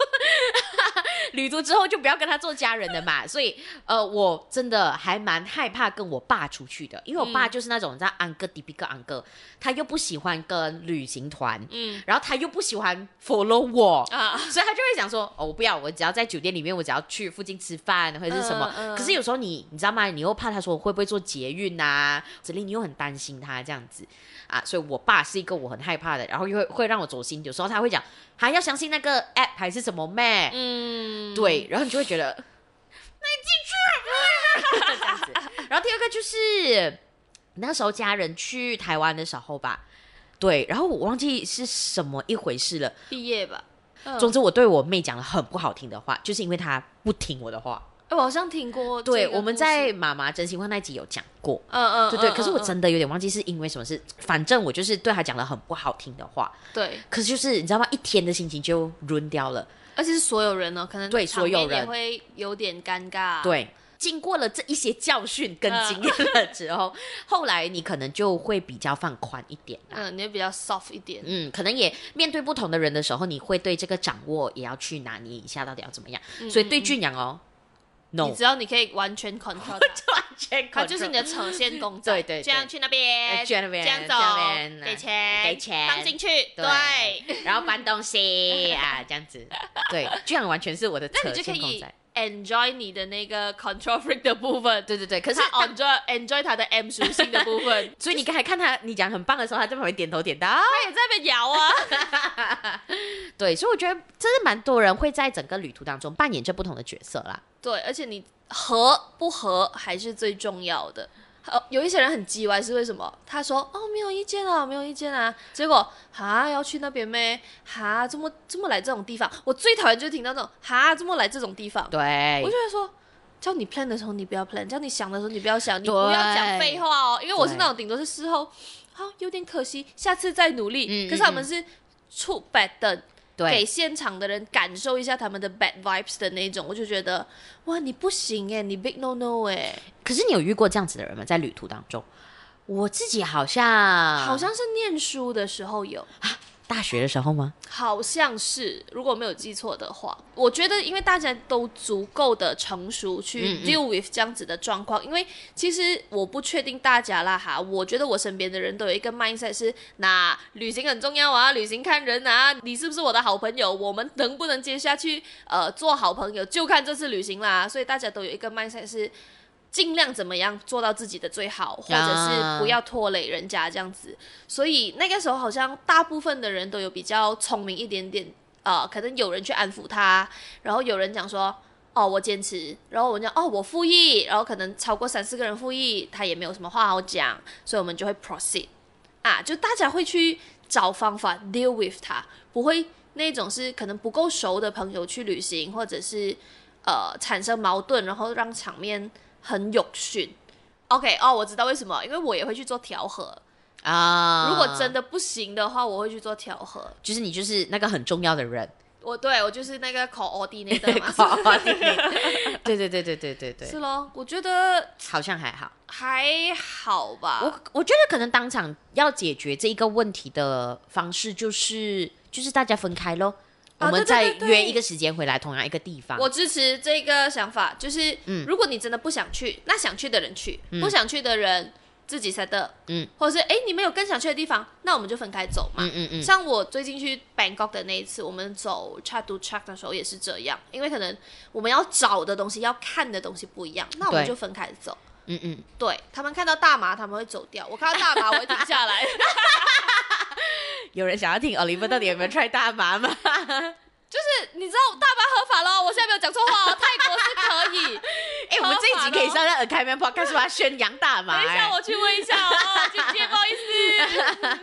Speaker 2: 旅途之后就不要跟他做家人的嘛。所以，呃，我真的还蛮害怕跟我爸出去的，因为我爸就是那种你知道安哥迪比个安哥，他又不喜欢跟旅行团，
Speaker 1: 嗯
Speaker 2: 然后他又不喜欢 follow 我。
Speaker 1: 啊，
Speaker 2: 所以他就会想说，哦，我不要，我只要在酒店里面，我只要去附近吃饭或者是什么。
Speaker 1: 嗯嗯
Speaker 2: 可是有时候你你知道吗？你又怕他说会不会做捷运啊之类，你又很担心他这样子啊。所以我爸是一个我很害怕的，然后又会会让我走心。有时候他会讲，还要相信那个 app 还是什么咩、
Speaker 1: 嗯，
Speaker 2: 对，然后你就会觉得，那你进去啊这样子。然后第二个就是那时候家人去台湾的时候吧。对，然后我忘记是什么一回事了，
Speaker 1: 毕业吧。嗯
Speaker 2: 总之，我对我妹讲了很不好听的话，就是因为她不听我的话。
Speaker 1: 哎，我好像听过这个故事。
Speaker 2: 对，我们在妈妈真心话那集有讲过。
Speaker 1: 嗯嗯，
Speaker 2: 对对，
Speaker 1: 嗯
Speaker 2: 可是我
Speaker 1: 嗯
Speaker 2: 真的有点忘记是因为什么事，反正我就是对她讲了很不好听的话。
Speaker 1: 嗯对，
Speaker 2: 可是就是你知道吗？一天的心情就润掉了。
Speaker 1: 而且是所有人哦呢，可能
Speaker 2: 对
Speaker 1: 场
Speaker 2: 所有
Speaker 1: 面也
Speaker 2: 人
Speaker 1: 会有点尴尬。，
Speaker 2: 对，经过了这一些教训跟
Speaker 1: 嗯
Speaker 2: 经验了之 后，后来你可能就会比较放宽一点啦。
Speaker 1: 嗯，你会比较 soft 一点。
Speaker 2: 嗯，可能也面对不同的人的时候，你会对这个掌握也要去拿捏一下，到底要怎么样。所以对俊阳哦，no，
Speaker 1: 嗯你只要你可以完 全 control 它
Speaker 2: 完全
Speaker 1: 它就是你的扯线公仔，
Speaker 2: 对对对
Speaker 1: 这样去那边，
Speaker 2: 哎去那边
Speaker 1: 这样
Speaker 2: 去那
Speaker 1: 走，
Speaker 2: 边哎
Speaker 1: 给钱，
Speaker 2: 给钱
Speaker 1: 放进去，对
Speaker 2: 对，然后搬东西啊，这样子，对，居然完全是我的
Speaker 1: 那
Speaker 2: 扯
Speaker 1: 你就可
Speaker 2: 线公
Speaker 1: 以
Speaker 2: 仔，
Speaker 1: enjoy 你的那个 control freak 的部分，
Speaker 2: 对对对，可是
Speaker 1: 他
Speaker 2: 他，
Speaker 1: enjoy enjoy 他的 M 属性的部分
Speaker 2: 所以你刚才看他，你讲很棒的时候，他在旁边点头点 到。
Speaker 1: 他也在那边摇啊。
Speaker 2: 对，所以我觉得真的蛮多人会在整个旅途当中扮演着不同的角色啦。
Speaker 1: 对，而且你合不合还是最重要的。呃，有一些人很叽歪，是为什么？他说哦，没有意见啊，没有意见啊。结果哈要去那边咩？哈这么这么来这种地方，我最讨厌就听到这种哈这么来这种地方。
Speaker 2: 对
Speaker 1: 我就，会说，叫你 plan 的时候你不要 plan，叫你想的时候你不要想，你不要讲废话哦，因为我是那种顶多是事后，好、有点可惜，下次再努力。
Speaker 2: 嗯
Speaker 1: 可是他们是出 bad 的，给
Speaker 2: 对，
Speaker 1: 现场的人感受一下他们的 bad vibes 的那种，我就觉得哇，你不行哎，你 big no no 哎，
Speaker 2: 可是你有遇过这样子的人吗？在旅途当中，我自己好像
Speaker 1: 好像是念书的时候有。
Speaker 2: 大学的时候吗？
Speaker 1: 好像是，如果没有记错的话，我觉得因为大家都足够的成熟去
Speaker 2: 嗯嗯
Speaker 1: deal with 这样子的状况，因为其实我不确定大家啦哈，我觉得我身边的人都有一个 mindset 是，那旅行很重要啊，旅行看人啊，你是不是我的好朋友，我们能不能接下去呃做好朋友，就看这次旅行啦，所以大家都有一个 mindset 是。尽量怎么样做到自己的最好，或者是不要拖累人家这样子。所以那个时候好像大部分的人都有比较聪明一点点，呃，可能有人去安抚他，然后有人讲说。哦，我坚持，然后我讲哦，我复议，然后可能超过三四个人复议，他也没有什么话好讲，所以我们就会 proceed 啊，就大家会去找方法 deal with 他，不会那种是可能不够熟的朋友去旅行，或者是呃产生矛盾，然后让场面很有逊。OK，哦，我知道为什么，因为我也会去做调和，
Speaker 2: 啊、
Speaker 1: 如果真的不行的话，我会去做调和。
Speaker 2: 就是你就是那个很重要的人，
Speaker 1: 我对我就是那个 coordinator 嘛，
Speaker 2: 好对对对对对对
Speaker 1: 是
Speaker 2: 对，
Speaker 1: 咯，我觉得
Speaker 2: 好像还好。
Speaker 1: 还好吧。
Speaker 2: 我我觉得可能当场要解决这一个问题的方式，就是就是大家分开喽，
Speaker 1: 啊
Speaker 2: 我们
Speaker 1: 对对
Speaker 2: 再
Speaker 1: 对对
Speaker 2: 约一个时间回来同样一个地方。
Speaker 1: 我支持这个想法，就是、
Speaker 2: 嗯
Speaker 1: 如果你真的不想去，那想去的人去，不想去的人自己 set 的，
Speaker 2: 嗯，
Speaker 1: 或者是哎你们有更想去的地方，那我们就分开走嘛。
Speaker 2: 嗯嗯嗯，
Speaker 1: 像我最近去 Bangkok 的那一次，我们走 c h a t u c h a k 的时候也是这样，因为可能我们要找的东西、要看的东西不一样，那我们
Speaker 2: 对
Speaker 1: 就分开走。
Speaker 2: 嗯嗯，
Speaker 1: 对他们看到大麻，他们会走掉；我看到大麻，我会停下 来。
Speaker 2: 有人想要听 Oliver 到底有没有 try 大麻 吗？
Speaker 1: 就是你知道大麻合法了，我现在没有讲错话哦，泰国是可 以。
Speaker 2: 哎、我们这一集可以上在 a c a d e m Podcast 说他宣扬大麻、
Speaker 1: 等一下
Speaker 2: 哎
Speaker 1: 我去问一下哦，姐姐不好意 思。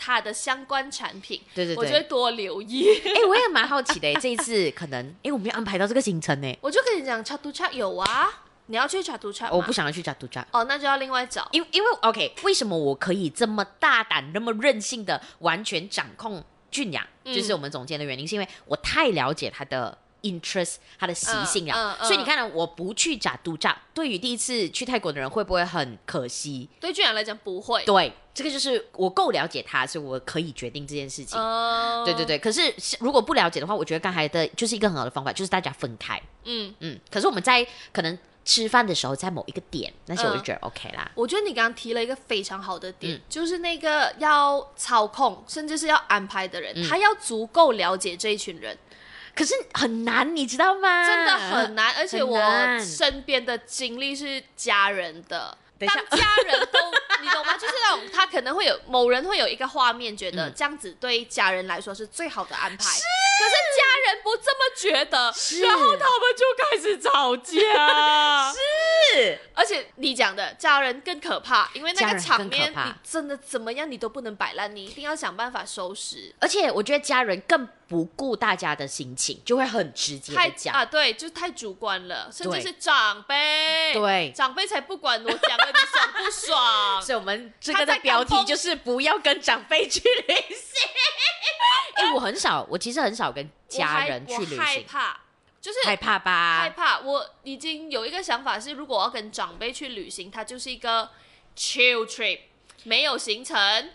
Speaker 1: 它的相关产品，
Speaker 2: 对对对
Speaker 1: 我就会多留意。
Speaker 2: 哎、我也蛮好奇的、哎这一次可能哎、我没有安排到这个行程呢、 哎
Speaker 1: 我就跟你讲 c h a t u c h a k 有啊，你要去 c h a t u c h a k
Speaker 2: 我不想要去加杜加。
Speaker 1: 哦，那就要另外找。
Speaker 2: 因因为 OK，为什么我可以这么大胆、那么任性的完全掌控俊雅，
Speaker 1: 嗯
Speaker 2: 就是我们总监的原因，是因为我太了解他的 interest，他的习性了。
Speaker 1: 嗯嗯嗯
Speaker 2: 所以你看呢，啊我不去假度假，对于第一次去泰国的人会不会很可惜？
Speaker 1: 对俊然来讲不会。
Speaker 2: 对，这个就是我够了解他，所以我可以决定这件事情。
Speaker 1: 嗯
Speaker 2: 对对，对，可是是如果不了解的话，我觉得刚才的就是一个很好的方法，就是大家分开。
Speaker 1: 嗯，
Speaker 2: 嗯，可是我们在可能吃饭的时候，在某一个点，那些我
Speaker 1: 嗯
Speaker 2: 就觉得 OK 啦。
Speaker 1: 我觉得你刚刚提了一个非常好的点，
Speaker 2: 嗯
Speaker 1: 就是那个要操控，甚至是要安排的
Speaker 2: 嗯
Speaker 1: 人，他要足够了解这一群人，
Speaker 2: 可是很难，你知道吗？
Speaker 1: 真的很难。而且
Speaker 2: 啊很
Speaker 1: 我
Speaker 2: 难
Speaker 1: 身边的经历是家人的，
Speaker 2: 等一下
Speaker 1: 当家人 都你懂吗？就是那种他可能会有某人会有一个画面，觉
Speaker 2: 嗯
Speaker 1: 得这样子对家人来说是最好的安排，可是家人不这么觉得，
Speaker 2: 是
Speaker 1: 然后他们就开始吵架。
Speaker 2: 是，
Speaker 1: 而且你讲的家人更可怕，因为那
Speaker 2: 家
Speaker 1: 个
Speaker 2: 人
Speaker 1: 场
Speaker 2: 更可
Speaker 1: 面
Speaker 2: 怕
Speaker 1: 你真的怎么样你都不能摆烂，你一定要想办法收拾。
Speaker 2: 而且我觉得家人更不顾大家的心情，就会很直接
Speaker 1: 太
Speaker 2: 的讲。
Speaker 1: 啊，对，就太主观了，甚至
Speaker 2: 对
Speaker 1: 是长辈，
Speaker 2: 对
Speaker 1: 长辈才不管我讲的你爽不 爽。
Speaker 2: 所以我们这
Speaker 1: 他
Speaker 2: 个的
Speaker 1: 在
Speaker 2: 标
Speaker 1: 高
Speaker 2: 题
Speaker 1: 峰
Speaker 2: 就是不要跟长辈去 旅行。哎、我很少，我其实很少跟家人去
Speaker 1: 我
Speaker 2: 旅
Speaker 1: 害
Speaker 2: 行，
Speaker 1: 怕，就是
Speaker 2: 害怕吧？
Speaker 1: 害怕。我已经有一个想法是，如果我要跟长辈去旅行，它就是一个 chill trip，没有行程。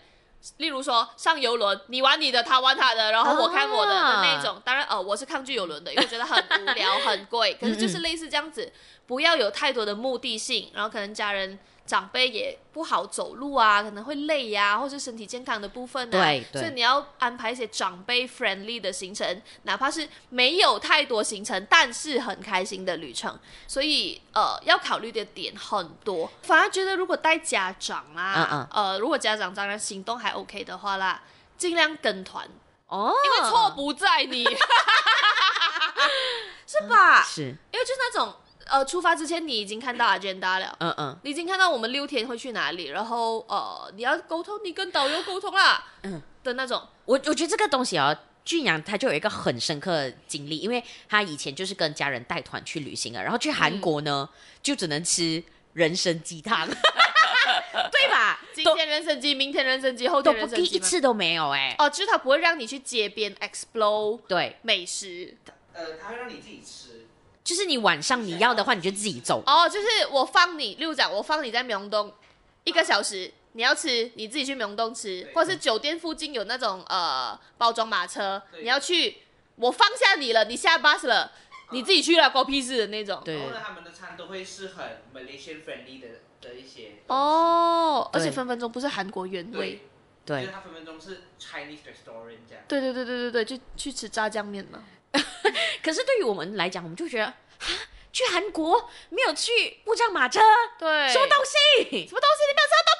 Speaker 1: 例如说上游轮，你玩你的，他玩他的，然后我看我的的
Speaker 2: 啊
Speaker 1: 那一种。当然，呃，我是抗拒游轮的，因为我觉得很无
Speaker 2: 嗯
Speaker 1: 聊、很贵。可是就是类似这样子，不要有太多的目的性，然后可能家人长辈也不好走路啊，可能会累呀、或者身体健康的部分啊。
Speaker 2: 对对
Speaker 1: 所以你要安排一些长辈 friendly 的行程，哪怕是没有太多行程，但是很开心的旅程。所以呃，要考虑的点很多。反而觉得如果带家长啦、
Speaker 2: 嗯
Speaker 1: 呃，如果家长当然行动还 OK 的话啦，尽量跟团，
Speaker 2: 哦，
Speaker 1: 因为错不在你， 是吧？
Speaker 2: 是，
Speaker 1: 因为就是那种呃，出发之前你已经看到 agenda 了。
Speaker 2: 嗯嗯，
Speaker 1: 你已经看到我们六天会去哪里，然后呃，你要沟通，你跟导游沟通啦，
Speaker 2: 嗯
Speaker 1: 的那种，
Speaker 2: 我我觉得这个东西哦。俊阳他就有一个很深刻的经历，因为他以前就是跟家人带团去旅行啊，然后去韩
Speaker 1: 嗯
Speaker 2: 国呢，就只能吃人参鸡汤， 对吧？
Speaker 1: 今
Speaker 2: 都
Speaker 1: 天人参鸡，明天人参鸡，后
Speaker 2: 都
Speaker 1: 天
Speaker 2: 不
Speaker 1: 人
Speaker 2: 第
Speaker 1: 参鸡
Speaker 2: 一
Speaker 1: 吗
Speaker 2: 次都没有哎、
Speaker 1: 哦，就是他不会让你去街边 explore
Speaker 2: 对，
Speaker 1: 美食
Speaker 3: 呃，他会让你自己吃，
Speaker 2: 就是你晚上你要的话，你就自己走。
Speaker 1: 哦，就是我放你六讲，我放你在明洞一个小时。你要吃，你自己去明洞吃，
Speaker 3: 对
Speaker 1: 或者是酒店附近有那种呃包装马车，
Speaker 3: 对
Speaker 1: 你要去，我放下你了，你下 bus 了，你自己去了，关我屁事的那种。
Speaker 2: 对
Speaker 3: 然后呢，他们的餐都会是很 Malaysian friendly 的的一些。
Speaker 1: 哦，而且
Speaker 2: 对
Speaker 1: 分分钟不是韩国原味
Speaker 3: 对。，
Speaker 2: 对
Speaker 3: 就是，他分分钟是 Chinese restaurant 这样。
Speaker 1: 对对对对对对，就去吃炸酱面嘛。
Speaker 2: 可是对于我们来讲，我们就觉得啊，去韩国没有去布障马车，
Speaker 1: 对
Speaker 2: 什
Speaker 1: 收
Speaker 2: 么
Speaker 1: 到
Speaker 2: 东西？
Speaker 1: 什么东西？你没有收到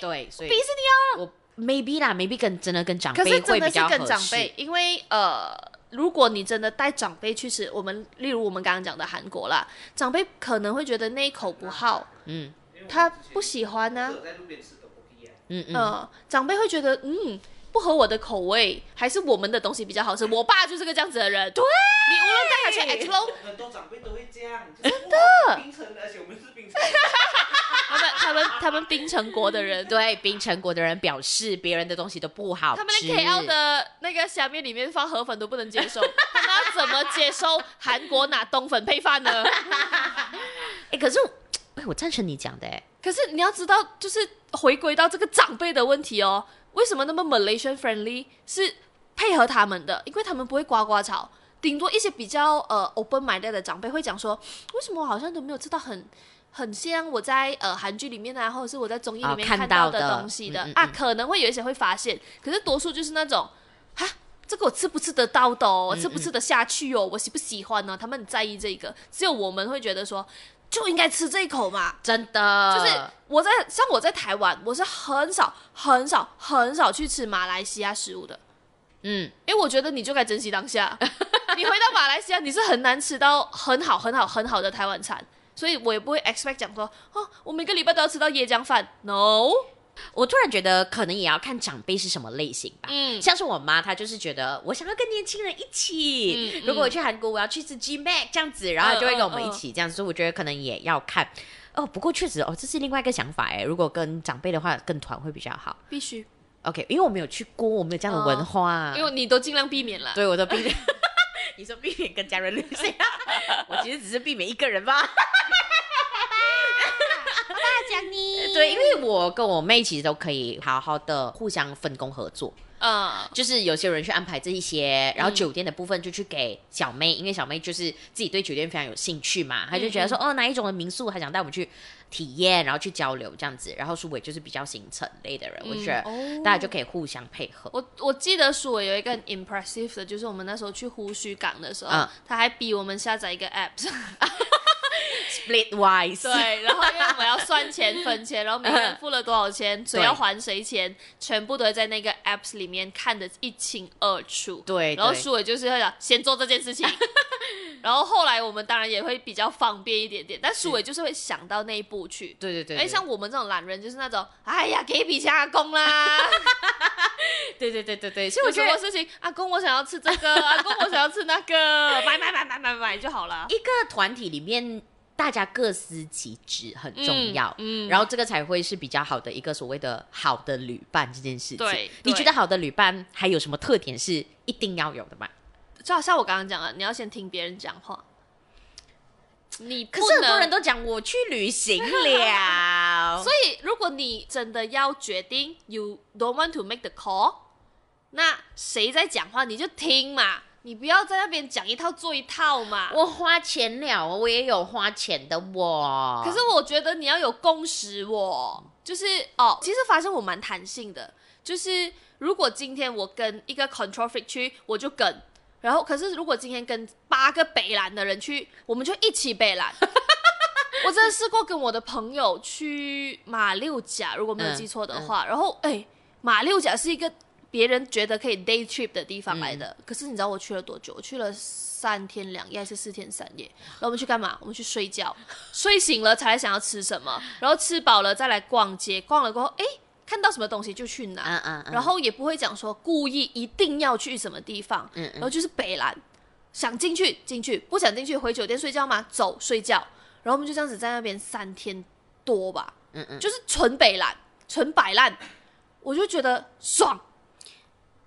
Speaker 2: 对，所以
Speaker 1: 迪士尼
Speaker 2: 我 maybe 啦，maybe 跟真的跟长
Speaker 1: 可是
Speaker 2: 辈
Speaker 1: 真
Speaker 2: 会
Speaker 1: 的
Speaker 2: 比
Speaker 1: 是
Speaker 2: 较
Speaker 1: 跟
Speaker 2: 合
Speaker 1: 长
Speaker 2: 适。
Speaker 1: 辈，因为呃，如果你真的带长辈去吃，我们例如我们刚刚讲的韩国啦，长辈可能会觉得那一口不好，
Speaker 2: 嗯
Speaker 3: 因为我
Speaker 1: 他
Speaker 3: 之前
Speaker 1: 不喜欢
Speaker 3: 我
Speaker 1: 啊
Speaker 3: 是。有在路边吃的不一样。
Speaker 2: 嗯嗯，
Speaker 1: 呃，长辈会觉得嗯。不合我的口味，还是我们的东西比较好吃。我爸就是个这样子的人，对，你无论带他去 explore
Speaker 3: 很多长辈都会这样，真的。冰城的，而且我们是冰城人。
Speaker 1: 他们他们他们槟城国的 人，
Speaker 2: 对，槟城国的人表示别人的东西都不好
Speaker 1: 他们
Speaker 2: 吃
Speaker 1: 连 KL 的那个虾面里面放河粉都不能接 受，他们要怎么接受韩国拿冬粉配饭呢？
Speaker 2: 哎，可是我哎，我赞成你讲的哎，
Speaker 1: 可是你要知道，就是回归到这个长辈的问题哦，为什么那么 Malaysian friendly 是配合他们的？因为他们不会呱呱吵，顶多一些比较呃 open minded 的长辈会讲说，为什么我好像都没有吃到很。很像我在呃韩剧里面啊，或者是我在综艺里面
Speaker 2: 啊看
Speaker 1: 到
Speaker 2: 到
Speaker 1: 的
Speaker 2: 的
Speaker 1: 东西的,、
Speaker 2: 嗯嗯
Speaker 1: 啊，
Speaker 2: 嗯
Speaker 1: 可能会有一些会发现，可是多数就是那种，哈，这个我吃不吃得到的、哦，我
Speaker 2: 嗯
Speaker 1: 吃不吃得下去哦，我喜不喜欢呢、他们很在意这个，只有我们会觉得说，就应该吃这一口嘛，
Speaker 2: 真的
Speaker 1: 就是我在像我在台湾，我是很少很少很少去吃马来西亚食物的，
Speaker 2: 嗯，
Speaker 1: 因为我觉得你就该珍惜当 下。你回到马来西亚，你是很难吃到很好很好很好的台湾餐，所以我也不会 expect 讲说，哦，我每个礼拜都要吃到椰浆饭，no，
Speaker 2: 我突然觉得可能也要看长辈是什么类型吧。
Speaker 1: 嗯
Speaker 2: 像是我妈，她就是觉得我想要跟年轻人一起。
Speaker 1: 嗯嗯
Speaker 2: 如果我去韩国，我要去吃 G Mac 这样子，然后她就会跟我们
Speaker 1: 嗯嗯
Speaker 2: 一起这样子，所以我觉得可能也要看。哦，不过确实哦，这是另外一个想法哎。如果跟长辈的话，跟团会比较好。
Speaker 1: 必须，
Speaker 2: OK，因为我没有去过，我没有这样的文化，
Speaker 1: 哦因为你都尽量避免了。
Speaker 2: 嗯对我都避 免。你说避免跟家人旅行，我其实只是避免一个人 吧。
Speaker 1: 讲你
Speaker 2: 对，因为我跟我妹其实都可以好好的互相分工合作。
Speaker 1: 嗯，
Speaker 2: 就是有些人去安排这一些，然后
Speaker 1: 嗯
Speaker 2: 酒店的部分就去给小妹，因为小妹就是自己对酒店非常有兴趣嘛，她就
Speaker 1: 嗯
Speaker 2: 觉得说，哦，哪一种的民宿，她想带我们去体验，然后去交流这样子。然后苏伟就是比较行程类的人，我觉得
Speaker 1: 哦
Speaker 2: 大家就可以互相配合。
Speaker 1: 我我记得鼠尾有一个很 impressive 的，就是我们那时候去胡须港的时候，
Speaker 2: 嗯
Speaker 1: 他还逼我们下载一个 app，
Speaker 2: Split wise，
Speaker 1: 对，然后因为我们要算钱、分钱，然后每个人付了多少钱，谁要还谁钱，全部都会在那个 apps 里面看得一清二楚。
Speaker 2: 对
Speaker 1: 然后
Speaker 2: 对
Speaker 1: 苏伟就是会讲先做这件 事情，然后后来我们当然也会比较方便一点点，但苏伟就是会想到那一步去。
Speaker 2: 对对对，
Speaker 1: 哎，
Speaker 2: 对
Speaker 1: 像我们这种懒人，就是那种，哎呀，给一笔钱阿公 啦，
Speaker 2: 对对对对对，所以
Speaker 1: 有
Speaker 2: 我
Speaker 1: 什
Speaker 2: 觉
Speaker 1: 么
Speaker 2: 得。
Speaker 1: 事情，阿公我想要吃这个，阿公我想要吃那个，买买买买买买就好了，
Speaker 2: 一个团体里面，大家各司其职很重要。
Speaker 1: 嗯，嗯
Speaker 2: 然后这个才会是比较好的一个所谓的好的旅伴这件事情。
Speaker 1: 对
Speaker 2: 你
Speaker 1: 对
Speaker 2: 觉得好的旅伴还有什么特点是一定要有的吗？
Speaker 1: 就好像我刚刚讲了，你要先听别人讲话。你
Speaker 2: 可
Speaker 1: 不
Speaker 2: 是很多
Speaker 1: 能
Speaker 2: 人都讲我去旅行了，
Speaker 1: 所以如果你真的要决定，you don't want to make the call，那谁在讲话你就听嘛，你不要在那边讲一套做一套嘛。
Speaker 2: 我花钱了，我也有花钱的我。
Speaker 1: 可是我觉得你要有共识哦，就是哦，其实发生我蛮弹性的，就是如果今天我跟一个 control freak 去，我就跟。然后，可是如果今天跟八个北兰的人去，我们就一起北兰。我真的试过跟我的朋友去马六甲，如果没有记错的话，然后哎，马六甲是一个别人觉得可以 day trip 的地方来的，可是你知道我去了多久？我去了三天两夜还是四天三夜？然后我们去干嘛？我们去睡觉，睡醒了才想要吃什么，然后吃饱了再来逛街，逛了过后，哎，看到什么东西就去拿，
Speaker 2: 嗯嗯嗯，
Speaker 1: 然后也不会讲说故意一定要去什么地方，
Speaker 2: 嗯
Speaker 1: 然后就是北兰，想进去进去，不想进去回酒店睡觉嘛，走睡觉。然后我们就这样子在那边三天多吧，
Speaker 2: 嗯嗯，
Speaker 1: 就是纯北兰，纯摆烂，我就觉得爽，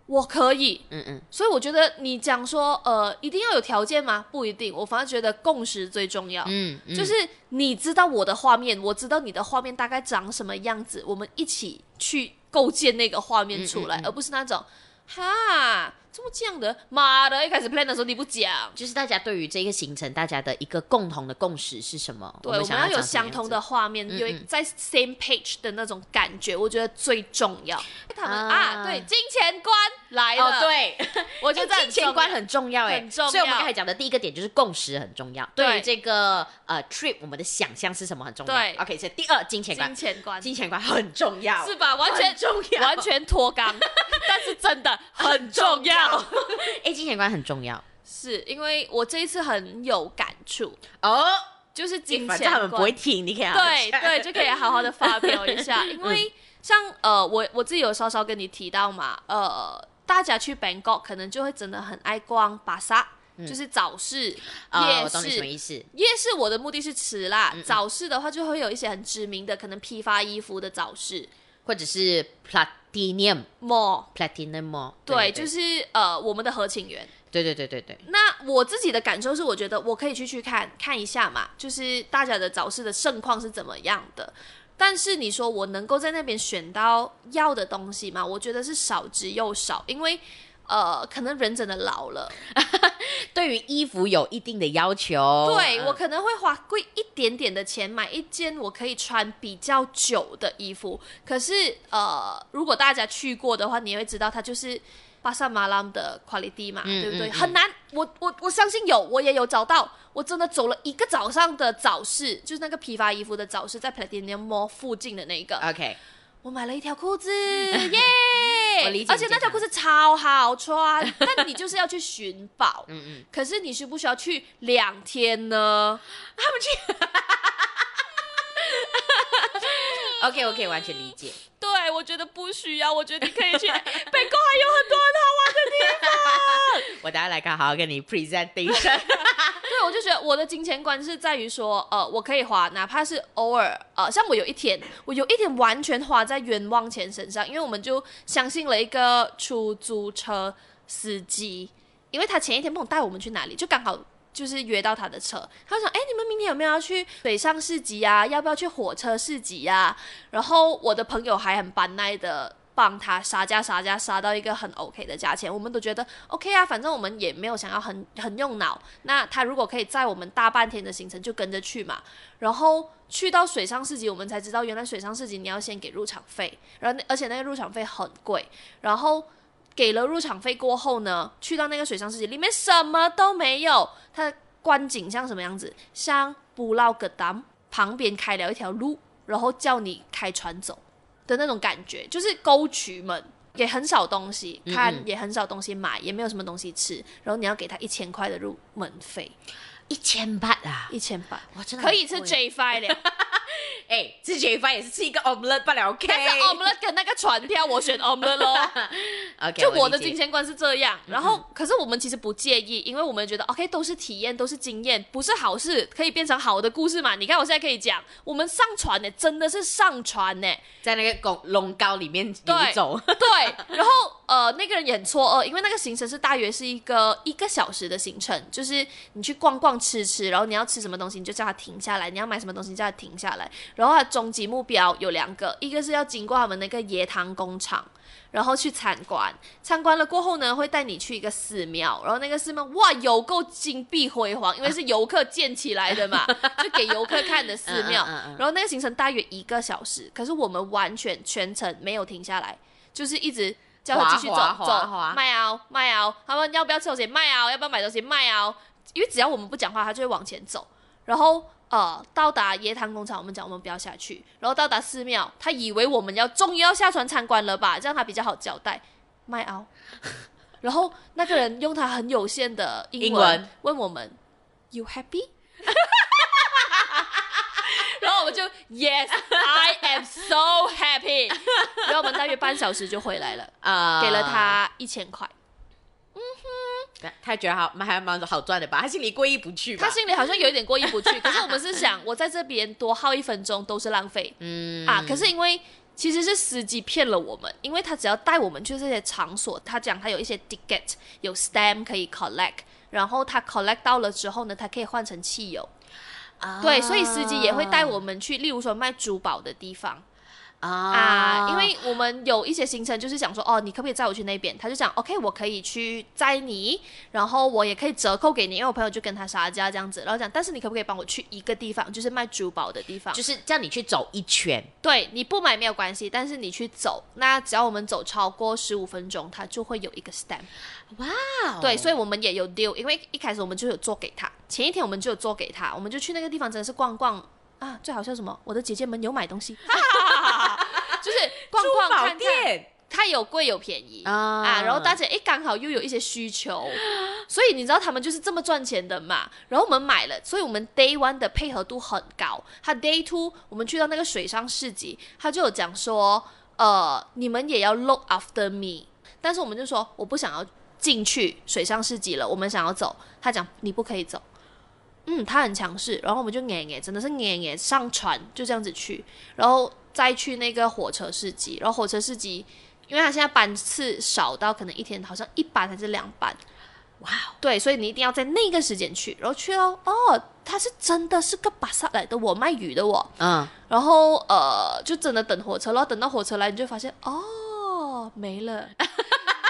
Speaker 1: 我可以。
Speaker 2: 嗯嗯，
Speaker 1: 所以我觉得你讲说呃一定要有条件吗？不一定，我反而觉得共识最重要。
Speaker 2: 嗯嗯，
Speaker 1: 就是你知道我的画面，我知道你的画面大概长什么样子，我们一起去构建那个画面出来，
Speaker 2: 嗯嗯嗯
Speaker 1: 而不是那种哈怎么这样的，妈的，一开始 plan 的时候你不讲，
Speaker 2: 就是大家对于这个行程，大家的一个共同的共识是什么？
Speaker 1: 对，我
Speaker 2: 想
Speaker 1: 们要有
Speaker 2: 长什么
Speaker 1: 相
Speaker 2: 样
Speaker 1: 同
Speaker 2: 子
Speaker 1: 的画面，
Speaker 2: 嗯
Speaker 1: 有一
Speaker 2: 嗯
Speaker 1: 在 same page 的那种感觉，我觉得最重要。他们啊
Speaker 2: 啊
Speaker 1: 对，金钱观来了，
Speaker 2: 哦，，对，
Speaker 1: 我
Speaker 2: 我
Speaker 1: 觉
Speaker 2: 觉
Speaker 1: 得
Speaker 2: 哎得金钱观
Speaker 1: 很重要。
Speaker 2: 很重要哎，
Speaker 1: 很重要
Speaker 2: 所以我们刚才讲的第一个点就是共识很重要，
Speaker 1: 对
Speaker 2: 对于这个呃 trip 我们的想象是什么很重要。
Speaker 1: 对
Speaker 2: ，OK，所以第二金钱观
Speaker 1: 金，钱观
Speaker 2: 金钱观很重要，
Speaker 1: 是吧？完全
Speaker 2: 很重要，
Speaker 1: 完全脱肛， 但是真的很重要。
Speaker 2: 哎，金钱观很重要
Speaker 1: 是因为我这一次很有感触，
Speaker 2: 哦，
Speaker 1: 就是金
Speaker 2: 哎反
Speaker 1: 钱
Speaker 2: 正他们不
Speaker 1: 观
Speaker 2: 会，听，你可以好好
Speaker 1: 对
Speaker 2: 讲
Speaker 1: 对，就可以好好的发表一 下。因为像呃，我我自己有稍稍跟你提到嘛，呃，大家去 Bangkok 可能就会真的很爱逛巴萨，就是早市、
Speaker 2: 哦，
Speaker 1: 夜
Speaker 2: 嗯我懂你什么
Speaker 1: 市。
Speaker 2: 意思，嗯
Speaker 1: 夜市我的目的是吃啦，早市的话就会有一些很知名的，可能批发衣服的早市
Speaker 2: 或者是 platinum
Speaker 1: mall，
Speaker 2: platinum mall，
Speaker 1: 对，
Speaker 2: 对
Speaker 1: 就是呃我们的合情园。
Speaker 2: 对对对对对，
Speaker 1: 那我自己的感受是，我觉得我可以去去看看一下嘛，就是大家的早市的盛况是怎么样的。但是你说我能够在那边选到要的东西吗？我觉得是少之又少，因为呃，可能人真的老了，
Speaker 2: 对于衣服有一定的要求，
Speaker 1: 对
Speaker 2: 嗯
Speaker 1: 我可能会花贵一点点的钱买一件我可以穿比较久的衣服。可是呃，如果大家去过的话，你也会知道它就是。巴萨马拉姆的 quality 嘛，
Speaker 2: 嗯
Speaker 1: 对不对？
Speaker 2: 嗯嗯
Speaker 1: 很难，我我我相信有，我也有找到。我真的走了一个早上的早市，就是那个批发衣服的早市，在 Platinum Mall 附近的那一个。
Speaker 2: OK，
Speaker 1: 我买了一条 裤子，耶！
Speaker 2: 我理解
Speaker 1: 而且那条裤子超好穿，但你就是要去寻宝。
Speaker 2: 嗯嗯，
Speaker 1: 可是你需不需要去两天呢？
Speaker 2: OK OK，完全理解。
Speaker 1: 对，我觉得不需要。我觉得你可以去 北宫，还有很多的。
Speaker 2: 我等下来看，好好跟 你 presentation。
Speaker 1: 对，我就觉得我的金钱观是在于说，呃，我可以花，哪怕是偶尔，呃，像我有一天，我有一天完全花在冤枉钱身上，因为我们就相信了一个出租车司机，因为他前一天不懂带我们去哪里，就刚好。就是约到他的车，他就想，哎、你们明天有没有要去水上市集呀、要不要去火车市集呀、然后我的朋友还很班奈的帮他杀价杀价杀到一个很 OK 的价钱，我们都觉得 OK 啊，反正我们也没有想要很很用脑。那他如果可以载我们大半天的行程，就跟着去嘛。然后去到水上市集，我们才知道原来水上市集你要先给入场费，然后那而且那个入场费很贵，然后。给了入场费过后呢，去到那个水上市集，里面什么都没有。它的观景像什么样子？像布劳格达旁边开了一条路，然后叫你开船走的那种感觉，就是沟渠们给很少东西看，
Speaker 2: 嗯嗯
Speaker 1: 也很少东西买，也没有什么东西吃，然后你要给他一千块的入门费，
Speaker 2: 一千八啊！
Speaker 1: 一千八。
Speaker 2: 哇，真的
Speaker 1: 可以吃
Speaker 2: 很贵
Speaker 1: J Five 了，
Speaker 2: 哎，吃 J 饭也是吃一个 omelette 罢了，OK。
Speaker 1: 但是 omelette 跟那个船票，我选 omelette 咯。
Speaker 2: OK，
Speaker 1: 就我
Speaker 2: 理
Speaker 1: 的
Speaker 2: 解
Speaker 1: 金钱观是这样，然后可是我们其实不介意，因为我们觉
Speaker 2: 嗯
Speaker 1: 得 OK 都是体验，都是经验，不是好事可以变成好的故事嘛？你看我现在可以讲，我们上船呢，真的是上船欸呢，
Speaker 2: 在那个拱龙高里面游
Speaker 1: 对
Speaker 2: 走，
Speaker 1: 对，然后呃，那个人也很错愕，因为那个行程是大约是一个一个小时的行程，就是你去逛逛吃吃，然后你要吃什么东西你就叫他停下来，你要买什么东西叫他停下来，然后它终极目标有两个，一个是要经过他们那个椰糖工厂，然后去参观。参观了过后呢，会带你去一个寺庙，然后那个寺庙哇，有够金碧辉煌，因为是游客建起来的嘛，就给游客看的寺庙。
Speaker 2: 嗯嗯嗯嗯
Speaker 1: 然后那个行程大约一个小时，可是我们完全全程没有停下来，就是一直叫他继续走
Speaker 2: 滑滑滑滑
Speaker 1: 走，卖啊卖啊，他们要不要吃东西卖啊，要不要买东西卖啊，因为只要我们不讲话，他就会往前走。然后呃，到达椰糖工厂，我们讲我们不要下去，然后到达寺庙，他以为我们要终于要下船参观了吧，这样他比较好交代，卖啊。 然后那个人用他很有限的英文
Speaker 2: 英文
Speaker 1: 问我们，You happy？然后我们就 Yes, I am so happy。然后我们大约半小时就回来了，
Speaker 2: 啊
Speaker 1: 给了，他一千块。
Speaker 2: 他觉得好，蛮还蛮好赚的吧？他心里过意不去吧？
Speaker 1: 他心里好像有一点过意不去，可是我们是想，我在这边多耗一分钟都是浪费
Speaker 2: 嗯
Speaker 1: 啊。可是因为其实是司机骗了我们，因为他只要带我们去这些场所，他讲他有一些 ticket 有 stamp 可以 collect，然后他 collect 到了之后呢，他可以换成汽油。
Speaker 2: 啊
Speaker 1: 对，所以司机也会带我们去，例如说卖珠宝的地方。
Speaker 2: 啊
Speaker 1: 啊，因为我们有一些行程就是想说，哦，你可不可以载我去那边？他就讲，OK，我可以去载你，然后我也可以折扣给你，因为我朋友就跟他杀价这样子，然后讲，但是你可不可以帮我去一个地方，就是卖珠宝的地方？
Speaker 2: 就是叫你去走一圈，
Speaker 1: 对，你不买没有关系，但是你去走，那只要我们走超过十五分钟，他就会有一个 stamp。
Speaker 2: 哇、
Speaker 1: 对，所
Speaker 2: 以
Speaker 1: 以我们也有 deal，因为一开始我们就有做给他，前一天我们就有做给他，我们就去那个地方真的是逛逛啊，最好笑什么？我的姐姐们有买东西， 就是逛逛看看。它有贵有便宜
Speaker 2: 啊
Speaker 1: 然后大家诶刚好又有一些需求，所以你知道他们就是这么赚钱的嘛。然后我们买了，所以我们 day one 的配合度很高。他 day two 我们去到那个水上市集，他就有讲说，呃，你们也要 look after me，但是我们就说我不想要进去水上市集了，我们想要走。他讲你不可以走。嗯，他很强势，然后我们就捏捏，真的是捏捏上船，就这样子去，然后再去那个火车市集，然后火车市集，因为他现在班次少到可能一天好像一班还是两班，
Speaker 2: 哇哦，
Speaker 1: 对，所以你一定要在那个时间去，然后去哦，哦，他是真的是个巴萨来的我，卖鱼的我，
Speaker 2: 嗯，
Speaker 1: 然后呃，就真的等火车咯，然后等到火车来，你就发现哦没 了，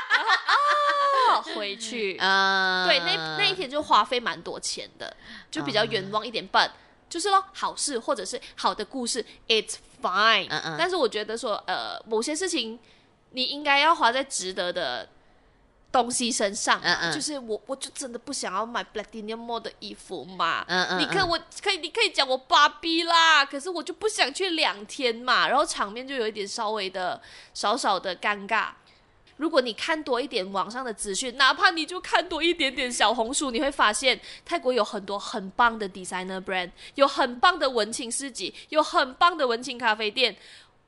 Speaker 1: 然后哦回去，
Speaker 2: 啊，
Speaker 1: 嗯对，那那一天就花费蛮多钱的，就比较
Speaker 2: 嗯
Speaker 1: 冤枉一点笨。就是咯，好事或者是好的故事，it's fine。
Speaker 2: 嗯嗯
Speaker 1: 但是我觉得说，呃，某些事情你应该要花在值得的东西身上。
Speaker 2: 嗯嗯
Speaker 1: 就是我，我就真的不想要买 platinum mode 的衣服嘛。
Speaker 2: 嗯嗯
Speaker 1: 你可
Speaker 2: 嗯
Speaker 1: 我可以，你可以讲我芭比啦，可是我就不想去两天嘛，然后场面就有一点稍微的少少的尴尬。如果你看多一点网上的资讯，哪怕你就看多一点点小红书，你会发现泰国有很多很棒的 designer brand，有很棒的文青市集，有很棒的文青咖啡店。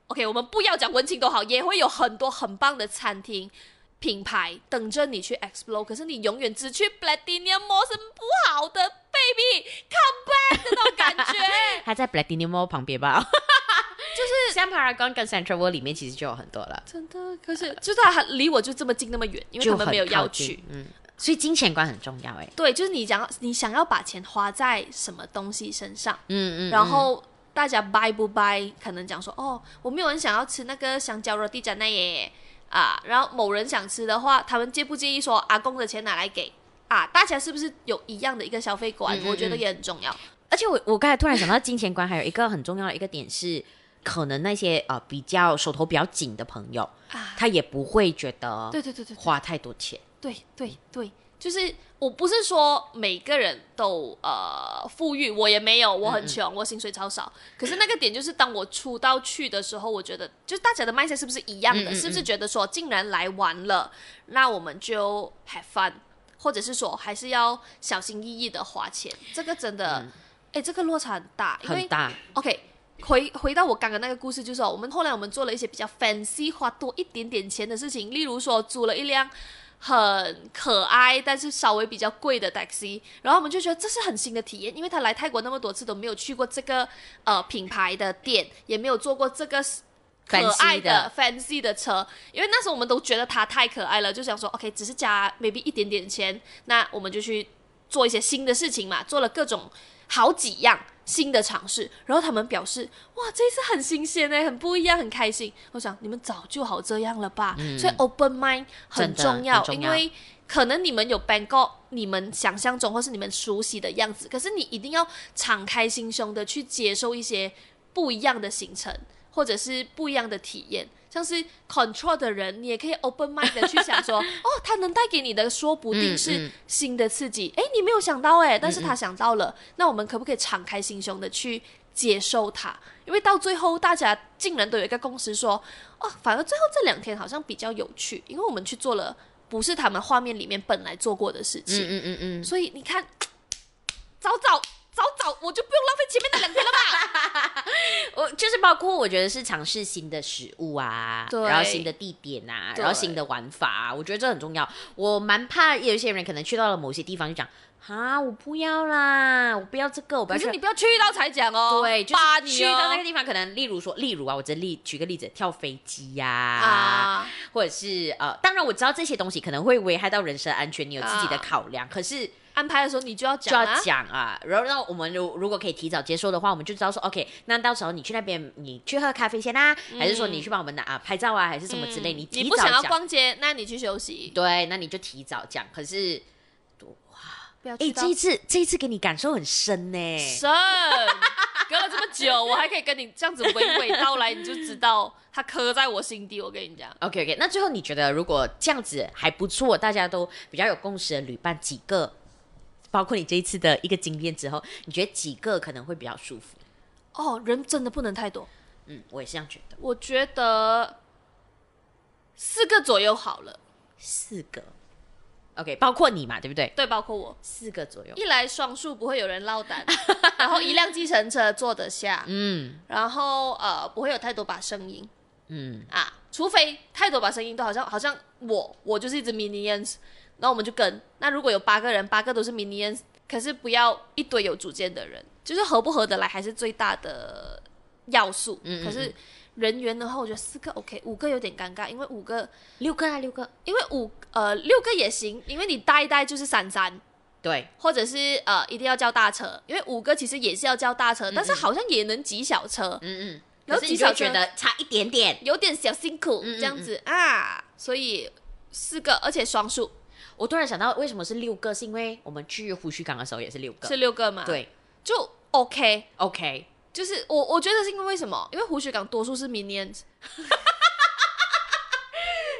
Speaker 1: OK，我们不要讲文青都好，也会有很多很棒的餐厅。品牌等着你去 explore，可是你永远只去 platinum mall 是不好的，baby，come back 的那种感觉。
Speaker 2: 他在 Platinum Mall 旁边吧， 就是像 Paragon 跟 Central World 里面其实就有很多了，
Speaker 1: 真的，可是就是他离我就这么近那么远，因为他
Speaker 2: 就
Speaker 1: 们
Speaker 2: 很
Speaker 1: 没有要
Speaker 2: 靠近
Speaker 1: 去。，
Speaker 2: 嗯，所以金钱观很重要哎，
Speaker 1: 对，就是你讲你想要把钱花在什么东西身上，
Speaker 2: 嗯嗯，
Speaker 1: 然后大家 buy 不 buy，可能讲说哦，我没有人想要吃那个香蕉肉地加那耶啊，然后某人想吃的话，他们介不介意说阿公的钱拿来给啊？大家是不是有一样的一个消费观？
Speaker 2: 嗯嗯
Speaker 1: 我觉得也很重要。
Speaker 2: 而且我我刚才突然想到金钱观还有一个很重要的一个点是，可能那些呃比较手头比较紧的朋友，
Speaker 1: 啊
Speaker 2: 他也不会觉得
Speaker 1: 对对对对
Speaker 2: 花太多钱，
Speaker 1: 对对对，就是我不是说每个人都呃富裕，我也没有，我
Speaker 2: 嗯
Speaker 1: 很穷，我薪水超少。可是那个点就是，当我出到去的时候，我觉得就是大家的 mindset 是不是一样的？
Speaker 2: 嗯嗯
Speaker 1: 是不
Speaker 2: 嗯
Speaker 1: 是觉得说，竟然来玩了，那我们就 have fun，或者是说还是要小心翼翼的花钱？这个真的，哎、这个落差很大，因
Speaker 2: 嗯很
Speaker 1: 为
Speaker 2: 大，
Speaker 1: OK，回回到我刚刚那个故事，就是、哦、我们后来我们做了一些比较 fancy 花多一点点钱的事情，例如说租了一辆很可爱但是稍微比较贵的 taxi，然后我们就觉得这是很新的体验，因为他来泰国那么多次都没有去过这个呃品牌的店，也没有坐过这个。可爱
Speaker 2: fancy 的
Speaker 1: fancy 的车，因为那时候我们都觉得它太可爱了，就想说 OK，只是加 maybe 一点点钱，那我们就去做一些新的事情嘛，做了各种好几样，新的尝试，然后他们表示哇，这一次很新鲜哎，很不一样，很开心。我想你们早就好这样了吧，
Speaker 2: 嗯
Speaker 1: 所以 open mind 很
Speaker 2: 真的
Speaker 1: 重要，
Speaker 2: 很重
Speaker 1: 因
Speaker 2: 要
Speaker 1: 为可能你们有 Bangkok 你们想象中或是你们熟悉的样子，可是你一定要敞开心胸的去接受一些不一样的行程，或者是不一样的体验。像是 control 的人，你也可以 open mind 的去想 说，哦，他能带给你的说不定
Speaker 2: 嗯
Speaker 1: 是
Speaker 2: 嗯
Speaker 1: 新的刺激。哎、你没有想到哎，但是他想到了，
Speaker 2: 嗯
Speaker 1: 那我们可不可以敞开心胸的去接受它？因为到最后，大家竟然都有一个共识说，哦，反而最后这两天好像比较有趣，因为我们去做了不是他们画面里面本来做过的事情。
Speaker 2: 嗯嗯嗯
Speaker 1: 所以你看，早早早早，我就不用浪费前面的两天了吧？
Speaker 2: 嗯，我就是包括我觉得是尝试新的食物啊，
Speaker 1: 对
Speaker 2: 然后新的地点啊，
Speaker 1: 对
Speaker 2: 然后新的玩法啊，我觉得这很重要。我蛮怕有一些人可能去到了某些地方就讲啊，我不要啦，我不要这个，我不
Speaker 1: 可
Speaker 2: 要这
Speaker 1: 是
Speaker 2: 个
Speaker 1: 你。不要去到才讲哦，
Speaker 2: 对，就
Speaker 1: 扒
Speaker 2: 是
Speaker 1: 你
Speaker 2: 去到那个
Speaker 1: 哦
Speaker 2: 地方，可能例如说，例如啊，我这例举个例子，跳飞机呀、
Speaker 1: 啊，
Speaker 2: 或者是呃，当然我知道这些东西可能会危害到人身安全，你有自己的
Speaker 1: 啊
Speaker 2: 考量，可是
Speaker 1: 安排的时候你就要
Speaker 2: 就
Speaker 1: 讲啊
Speaker 2: 要，讲啊。然后让我们如如果可以提早接受的话，我们就知道说，OK，那到时候你去那边，你去喝咖啡先啦、还是说你去帮我们拿、啊、拍照啊，还是什么之类，
Speaker 1: 嗯
Speaker 2: 你
Speaker 1: 你
Speaker 2: 提
Speaker 1: 不
Speaker 2: 早
Speaker 1: 想要
Speaker 2: 讲，
Speaker 1: 逛街，那你去休息，
Speaker 2: 对，那你就提早讲。可是，
Speaker 1: 不要
Speaker 2: 哎、
Speaker 1: 去到
Speaker 2: 这一次这一次给你感受很深呢、
Speaker 1: 神。隔了这么久，我还可以跟你这样子娓娓道来，你就知道它刻在我心底。我跟你讲，
Speaker 2: OK OK，那最后你觉得如果这样子还不错，大家都比较有共识的旅伴几个，包括你这一次的一个经验之后，你觉得几个可能会比较舒服？
Speaker 1: 哦，人真的不能太多，
Speaker 2: 嗯，我也是这样觉得，
Speaker 1: 我觉得四个左右好了，
Speaker 2: 四个。OK，包括你嘛，对不对？
Speaker 1: 对，包括我。
Speaker 2: 四个左右。
Speaker 1: 一来双数不会有人落 单，然后一辆计程车坐得下，
Speaker 2: 嗯
Speaker 1: 然后呃不会有太多把声音
Speaker 2: 嗯，
Speaker 1: 啊，除非太多把声音都好像好像我我就是一只 minions，那我们就跟那如果有八个人，八个都是 minions，可是不要一堆有主见的人，就是合不合得来还是最大的要素。
Speaker 2: 嗯嗯嗯
Speaker 1: 可是人员的话，我觉得四个 OK，五个有点尴尬，因为五个
Speaker 2: 六个啊，六个。
Speaker 1: 因为五呃六个也行，因为你带一带就是闪闪。
Speaker 2: 对，
Speaker 1: 或者是呃，一定要叫大车，因为五个其实也是要叫大
Speaker 2: 嗯
Speaker 1: 车，但是好像也能挤小车，
Speaker 2: 嗯嗯。
Speaker 1: 然后
Speaker 2: 可是你
Speaker 1: 至少
Speaker 2: 就觉得差一点点。
Speaker 1: 有点小辛苦
Speaker 2: 嗯嗯
Speaker 1: 这样子啊，所以四个，而且双数
Speaker 2: 我突然想到，为什么是六个？是因为我们去胡须港的时候也是六个。啊
Speaker 1: 是六个嘛？，
Speaker 2: 对
Speaker 1: 就 OK。
Speaker 2: ，OK。
Speaker 1: 就是我我觉得是因为为什么？因为胡雪港多数是 minions，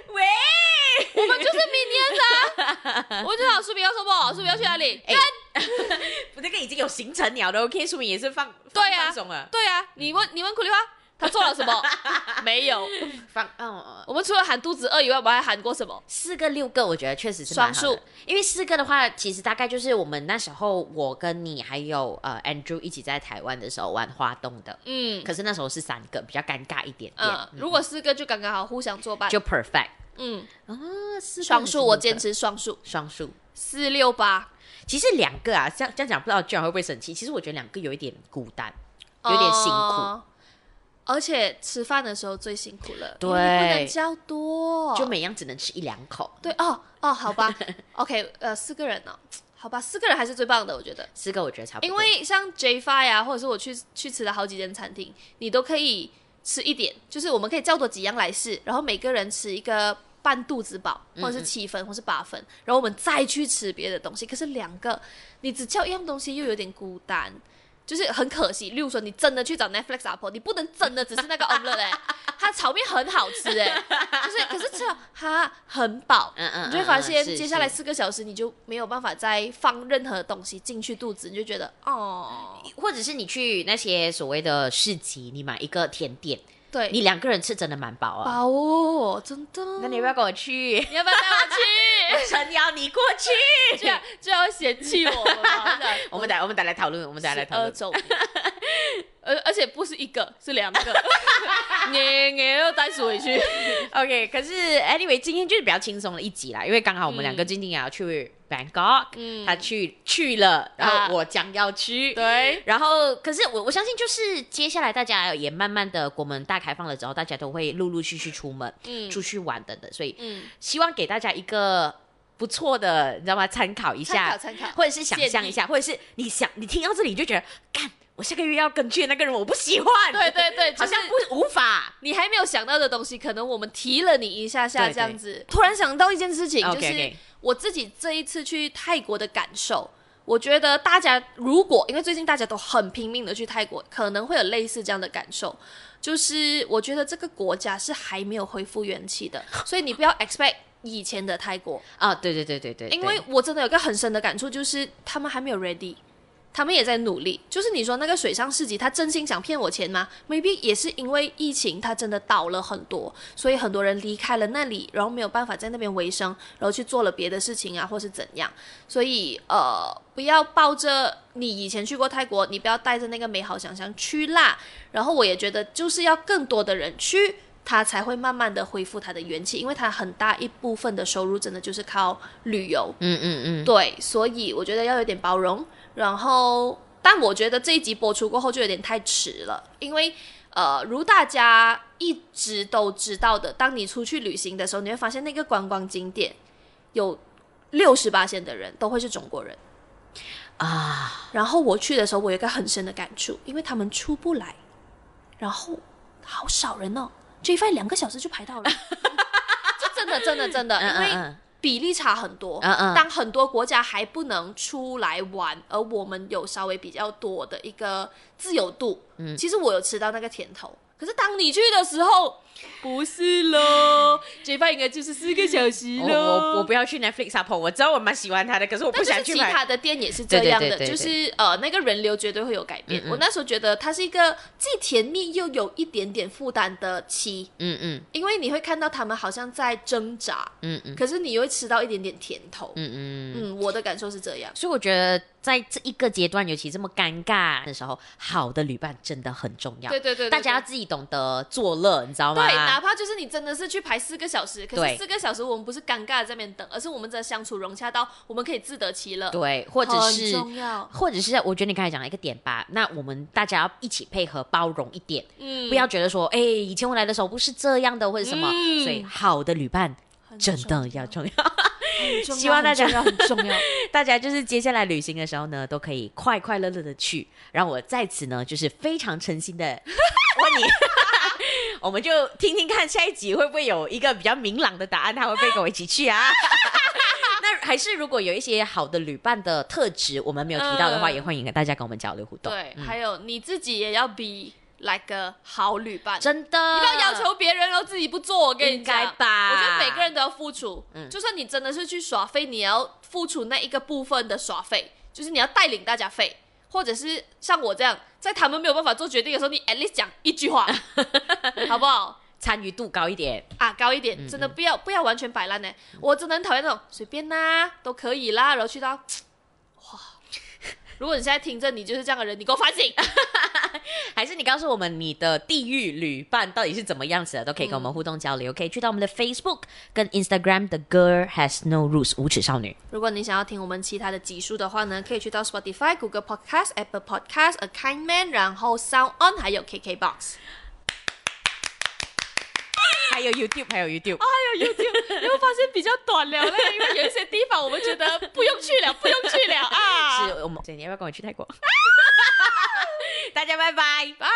Speaker 2: 喂，
Speaker 1: 我们就是 minions 啊。我就想苏明要什么？苏明要去哪里？
Speaker 2: 哎我那个已经有行程了的，OK，说明也是放
Speaker 1: 对啊
Speaker 2: 放松了。
Speaker 1: 对啊，你问你问苦力花，他做了什 么？没有。
Speaker 2: 啊放嗯，
Speaker 1: 我们除了喊肚子饿以外，我们还喊过什么？
Speaker 2: 四个六个，我觉得确实是蛮好的
Speaker 1: 双数。
Speaker 2: 因为四个的话，其实大概就是我们那时候我跟你还有呃 Andrew 一起在台湾的时候玩花东的，
Speaker 1: 嗯
Speaker 2: 可是那时候是三个，比较尴尬一点点，
Speaker 1: 嗯，如果四个就刚刚好，互相作伴。
Speaker 2: 就 perfect
Speaker 1: 嗯，
Speaker 2: 啊，四个
Speaker 1: 双
Speaker 2: 还是
Speaker 1: 数我
Speaker 2: 六个
Speaker 1: 坚持双数，
Speaker 2: 双数。
Speaker 1: 四六八
Speaker 2: 其实两个啊，这样这样讲，不知道居然会不会生气。其实我觉得两个有一点孤单，
Speaker 1: 哦
Speaker 2: 有点辛苦。
Speaker 1: 而且吃饭的时候最辛苦了，
Speaker 2: 对
Speaker 1: 因为不能叫多，
Speaker 2: 就每样只能吃一两口。
Speaker 1: 对哦哦，好吧，OK，呃，四个人呢、好吧，四个人还是最棒的，我觉得，
Speaker 2: 四个我觉得差不多，
Speaker 1: 因为像 J Five 啊，或者是我去去吃了好几间餐厅，你都可以吃一点，就是我们可以叫多几样来试，然后每个人吃一个。半肚子饱，或者是七分，或是八分，然后我们再去吃别的东西。可是两个，你只叫一样东西，又有点孤单。就是很可惜。例如说，你真的去找 Netflix 阿婆，你不能真的只是那个 omelette 哎、它炒面很好吃哎、就是可是吃了它很饱，
Speaker 2: 嗯嗯嗯
Speaker 1: 你就会发现
Speaker 2: 嗯是
Speaker 1: 接下来
Speaker 2: 是
Speaker 1: 四个小时你就没有办法再放任何东西进去肚子，你就觉得哦，
Speaker 2: 或者是你去那些所谓的市集，你买一个甜点，
Speaker 1: 对，
Speaker 2: 你两个人吃真的蛮饱啊。
Speaker 1: 饱哦，真的。
Speaker 2: 那你要不要跟我去？
Speaker 1: 你要不要带我
Speaker 2: 诚邀你过去。
Speaker 1: 去？居然居然会嫌弃我了吧，
Speaker 2: 我们等，我们等来讨论，我们等来讨论。
Speaker 1: 周年，而而且不是一个，是两 个，你你又带回去。
Speaker 2: OK，可是 anyway，今天就是比较轻松的一集啦，因为刚好我们两个
Speaker 1: 嗯
Speaker 2: 最近也要去 Bangkok，、
Speaker 1: 嗯
Speaker 2: 他去去了，然
Speaker 1: 啊
Speaker 2: 后我将要去。
Speaker 1: 对，
Speaker 2: 然后，可是我我相信，就是接下来大家也慢慢的国门大开放了之后，大家都会陆陆续续出门、
Speaker 1: 嗯
Speaker 2: 出去玩等等，所以
Speaker 1: 嗯，
Speaker 2: 希望给大家一个不错的，你知道吗？参考一
Speaker 1: 参考
Speaker 2: 下，
Speaker 1: 参考。
Speaker 2: 或者是想
Speaker 1: 建
Speaker 2: 象
Speaker 1: 议
Speaker 2: 一下，或者是你想你听到这里就觉得，干，我下个月要跟去的那个人我不喜欢，
Speaker 1: 对对对，就
Speaker 2: 好
Speaker 1: 是
Speaker 2: 像不无法。
Speaker 1: 你还没有想到的东西，可能我们提了你一下下
Speaker 2: 对对
Speaker 1: 这样子。突然想到一件事情，就
Speaker 2: OK，OK
Speaker 1: 是我自己这一次去泰国的感受。我觉得大家如果因为最近大家都很拼命的去泰国，可能会有类似这样的感受，就是我觉得这个国家是还没有恢复元气的，所以你不要 expect 以前的泰国，
Speaker 2: 啊，对对对对对，
Speaker 1: 因为我真的有个很深的感触，就是他们还没有 ready，他们也在努力。就是你说那个水上市集，他真心想骗我钱吗？Maybe 也是因为疫情，他真的倒了很多，所以很多人离开了那里，然后没有办法在那边维生，然后去做了别的事情啊，或是怎样。所以呃，不要抱着你以前去过泰国，你不要带着那个美好想象去啦。然后我也觉得，就是要更多的人去。它才会慢慢的恢复它的元气，因为它很大一部分的收入真的就是靠旅游，
Speaker 2: 嗯嗯嗯，
Speaker 1: 对，所以我觉得要有点包容。然后，但我觉得这一集播出过后就有点太迟了，因为呃，如大家一直都知道的，当你出去旅行的时候，你会发现那个观光景点有六十八线的人都会是中国人。
Speaker 2: 啊，
Speaker 1: 然后我去的时候，我有一个很深的感触，因为他们出不来，然后好少人哦，J Five 两个小时就排到了，就真的真的真的，
Speaker 2: 嗯
Speaker 1: 因
Speaker 2: 嗯
Speaker 1: 为
Speaker 2: 嗯
Speaker 1: 比例差很多。
Speaker 2: 嗯嗯，
Speaker 1: 当很多国家还不能出来玩，而我们有稍微比较多的一个自由度，
Speaker 2: 嗯
Speaker 1: 其实我有吃到那个甜头。可是当你去的时候，不是喽，J 饭应该就是四个小时
Speaker 2: 我
Speaker 1: 喽。
Speaker 2: 我我不要去 Netflix 啊，朋友我知道我蛮喜欢他的，可是我不
Speaker 1: 但就是
Speaker 2: 想去
Speaker 1: 其
Speaker 2: 买。
Speaker 1: 他的店也是这样的，
Speaker 2: 对对对对对
Speaker 1: 就是呃，那个人流绝对会有改变。
Speaker 2: 嗯嗯
Speaker 1: 我那时候觉得它是一个既甜蜜又有一点点负担的期，
Speaker 2: 嗯嗯
Speaker 1: 因为你会看到他们好像在挣扎，
Speaker 2: 嗯嗯
Speaker 1: 可是你又会吃到一点点甜头。
Speaker 2: 嗯嗯。
Speaker 1: 嗯，我的感受是这样。
Speaker 2: 所以我觉得，在这一个阶段，尤其这么尴尬的时候，好的旅伴真的很重要。
Speaker 1: 对对对对
Speaker 2: 大家要
Speaker 1: 对
Speaker 2: 自己懂得作乐，你知道吗？
Speaker 1: 对，哪怕就是你真的是去排四个小时，可
Speaker 2: 对
Speaker 1: 是四个小时我们不是尴尬的在那边等，而是我们真的相处融洽到我们可以自得其乐，，
Speaker 2: 对，或者
Speaker 1: 很
Speaker 2: 是
Speaker 1: 重要，
Speaker 2: 或者是我觉得你刚才讲了一个点吧，那我们大家要一起配合包容一点，
Speaker 1: 嗯，
Speaker 2: 不要觉得说，哎、以前我来的时候不是这样的，或者什么，
Speaker 1: 嗯
Speaker 2: 所以好的旅伴
Speaker 1: 很
Speaker 2: 真的
Speaker 1: 重
Speaker 2: 要重要。
Speaker 1: 很重要
Speaker 2: 希望大家
Speaker 1: 很重要很重要。
Speaker 2: 大家就是接下来旅行的时候呢，都可以快快乐乐的去。然后我在此呢，就是非常诚心的 问你， 我们就听听看下一集会不会有一个比较明朗的答案，他会不会跟我一起去啊？ 那还是如果有一些好的旅伴的特质，我们没有提到的话，
Speaker 1: 嗯
Speaker 2: 也欢迎大家跟我们交流互动。嗯
Speaker 1: 对，还有你自己也要 be like a 好旅伴，
Speaker 2: 真的，
Speaker 1: 你不要要求别人然后自己不做，我跟你
Speaker 2: 应该
Speaker 1: 讲。
Speaker 2: 吧？
Speaker 1: 我觉得每个人都要付出，
Speaker 2: 嗯
Speaker 1: 就算你真的是去耍费，你也要付出那一个部分的耍费，就是你要带领大家费，或者是像我这样，在他们没有办法做决定的时候，你 at least 讲一句 话，好不好？
Speaker 2: 参与度高一点。
Speaker 1: 啊，高一
Speaker 2: 嗯
Speaker 1: 点，真的不要不要完全摆烂呢、我真的很讨厌那种随便啦、都可以啦，然后去到，哇！如果你现在听着，你就是这样的人，你给我反省。
Speaker 2: 还是你告诉我们你的地狱旅伴到底是怎么样子的，都可以跟我们互动交流，可以去到我们的 Facebook 跟 Instagram 的 Girl Has No Rules 无耻少女。
Speaker 1: 如果你想要听我们其他的集数的话呢，可以去到 Spotify、Google Podcast、Apple Podcast、A Kind Man，然后 Sound On，还有 KKBox。
Speaker 2: 还有 YouTube，还有 YouTube，、
Speaker 1: 还有 YouTube，你会发现比较短了嘞，因为有一些地方我们觉得不用去了，不用去了啊。
Speaker 2: 是我们，姐你要不要跟我去泰国？大家拜拜，拜。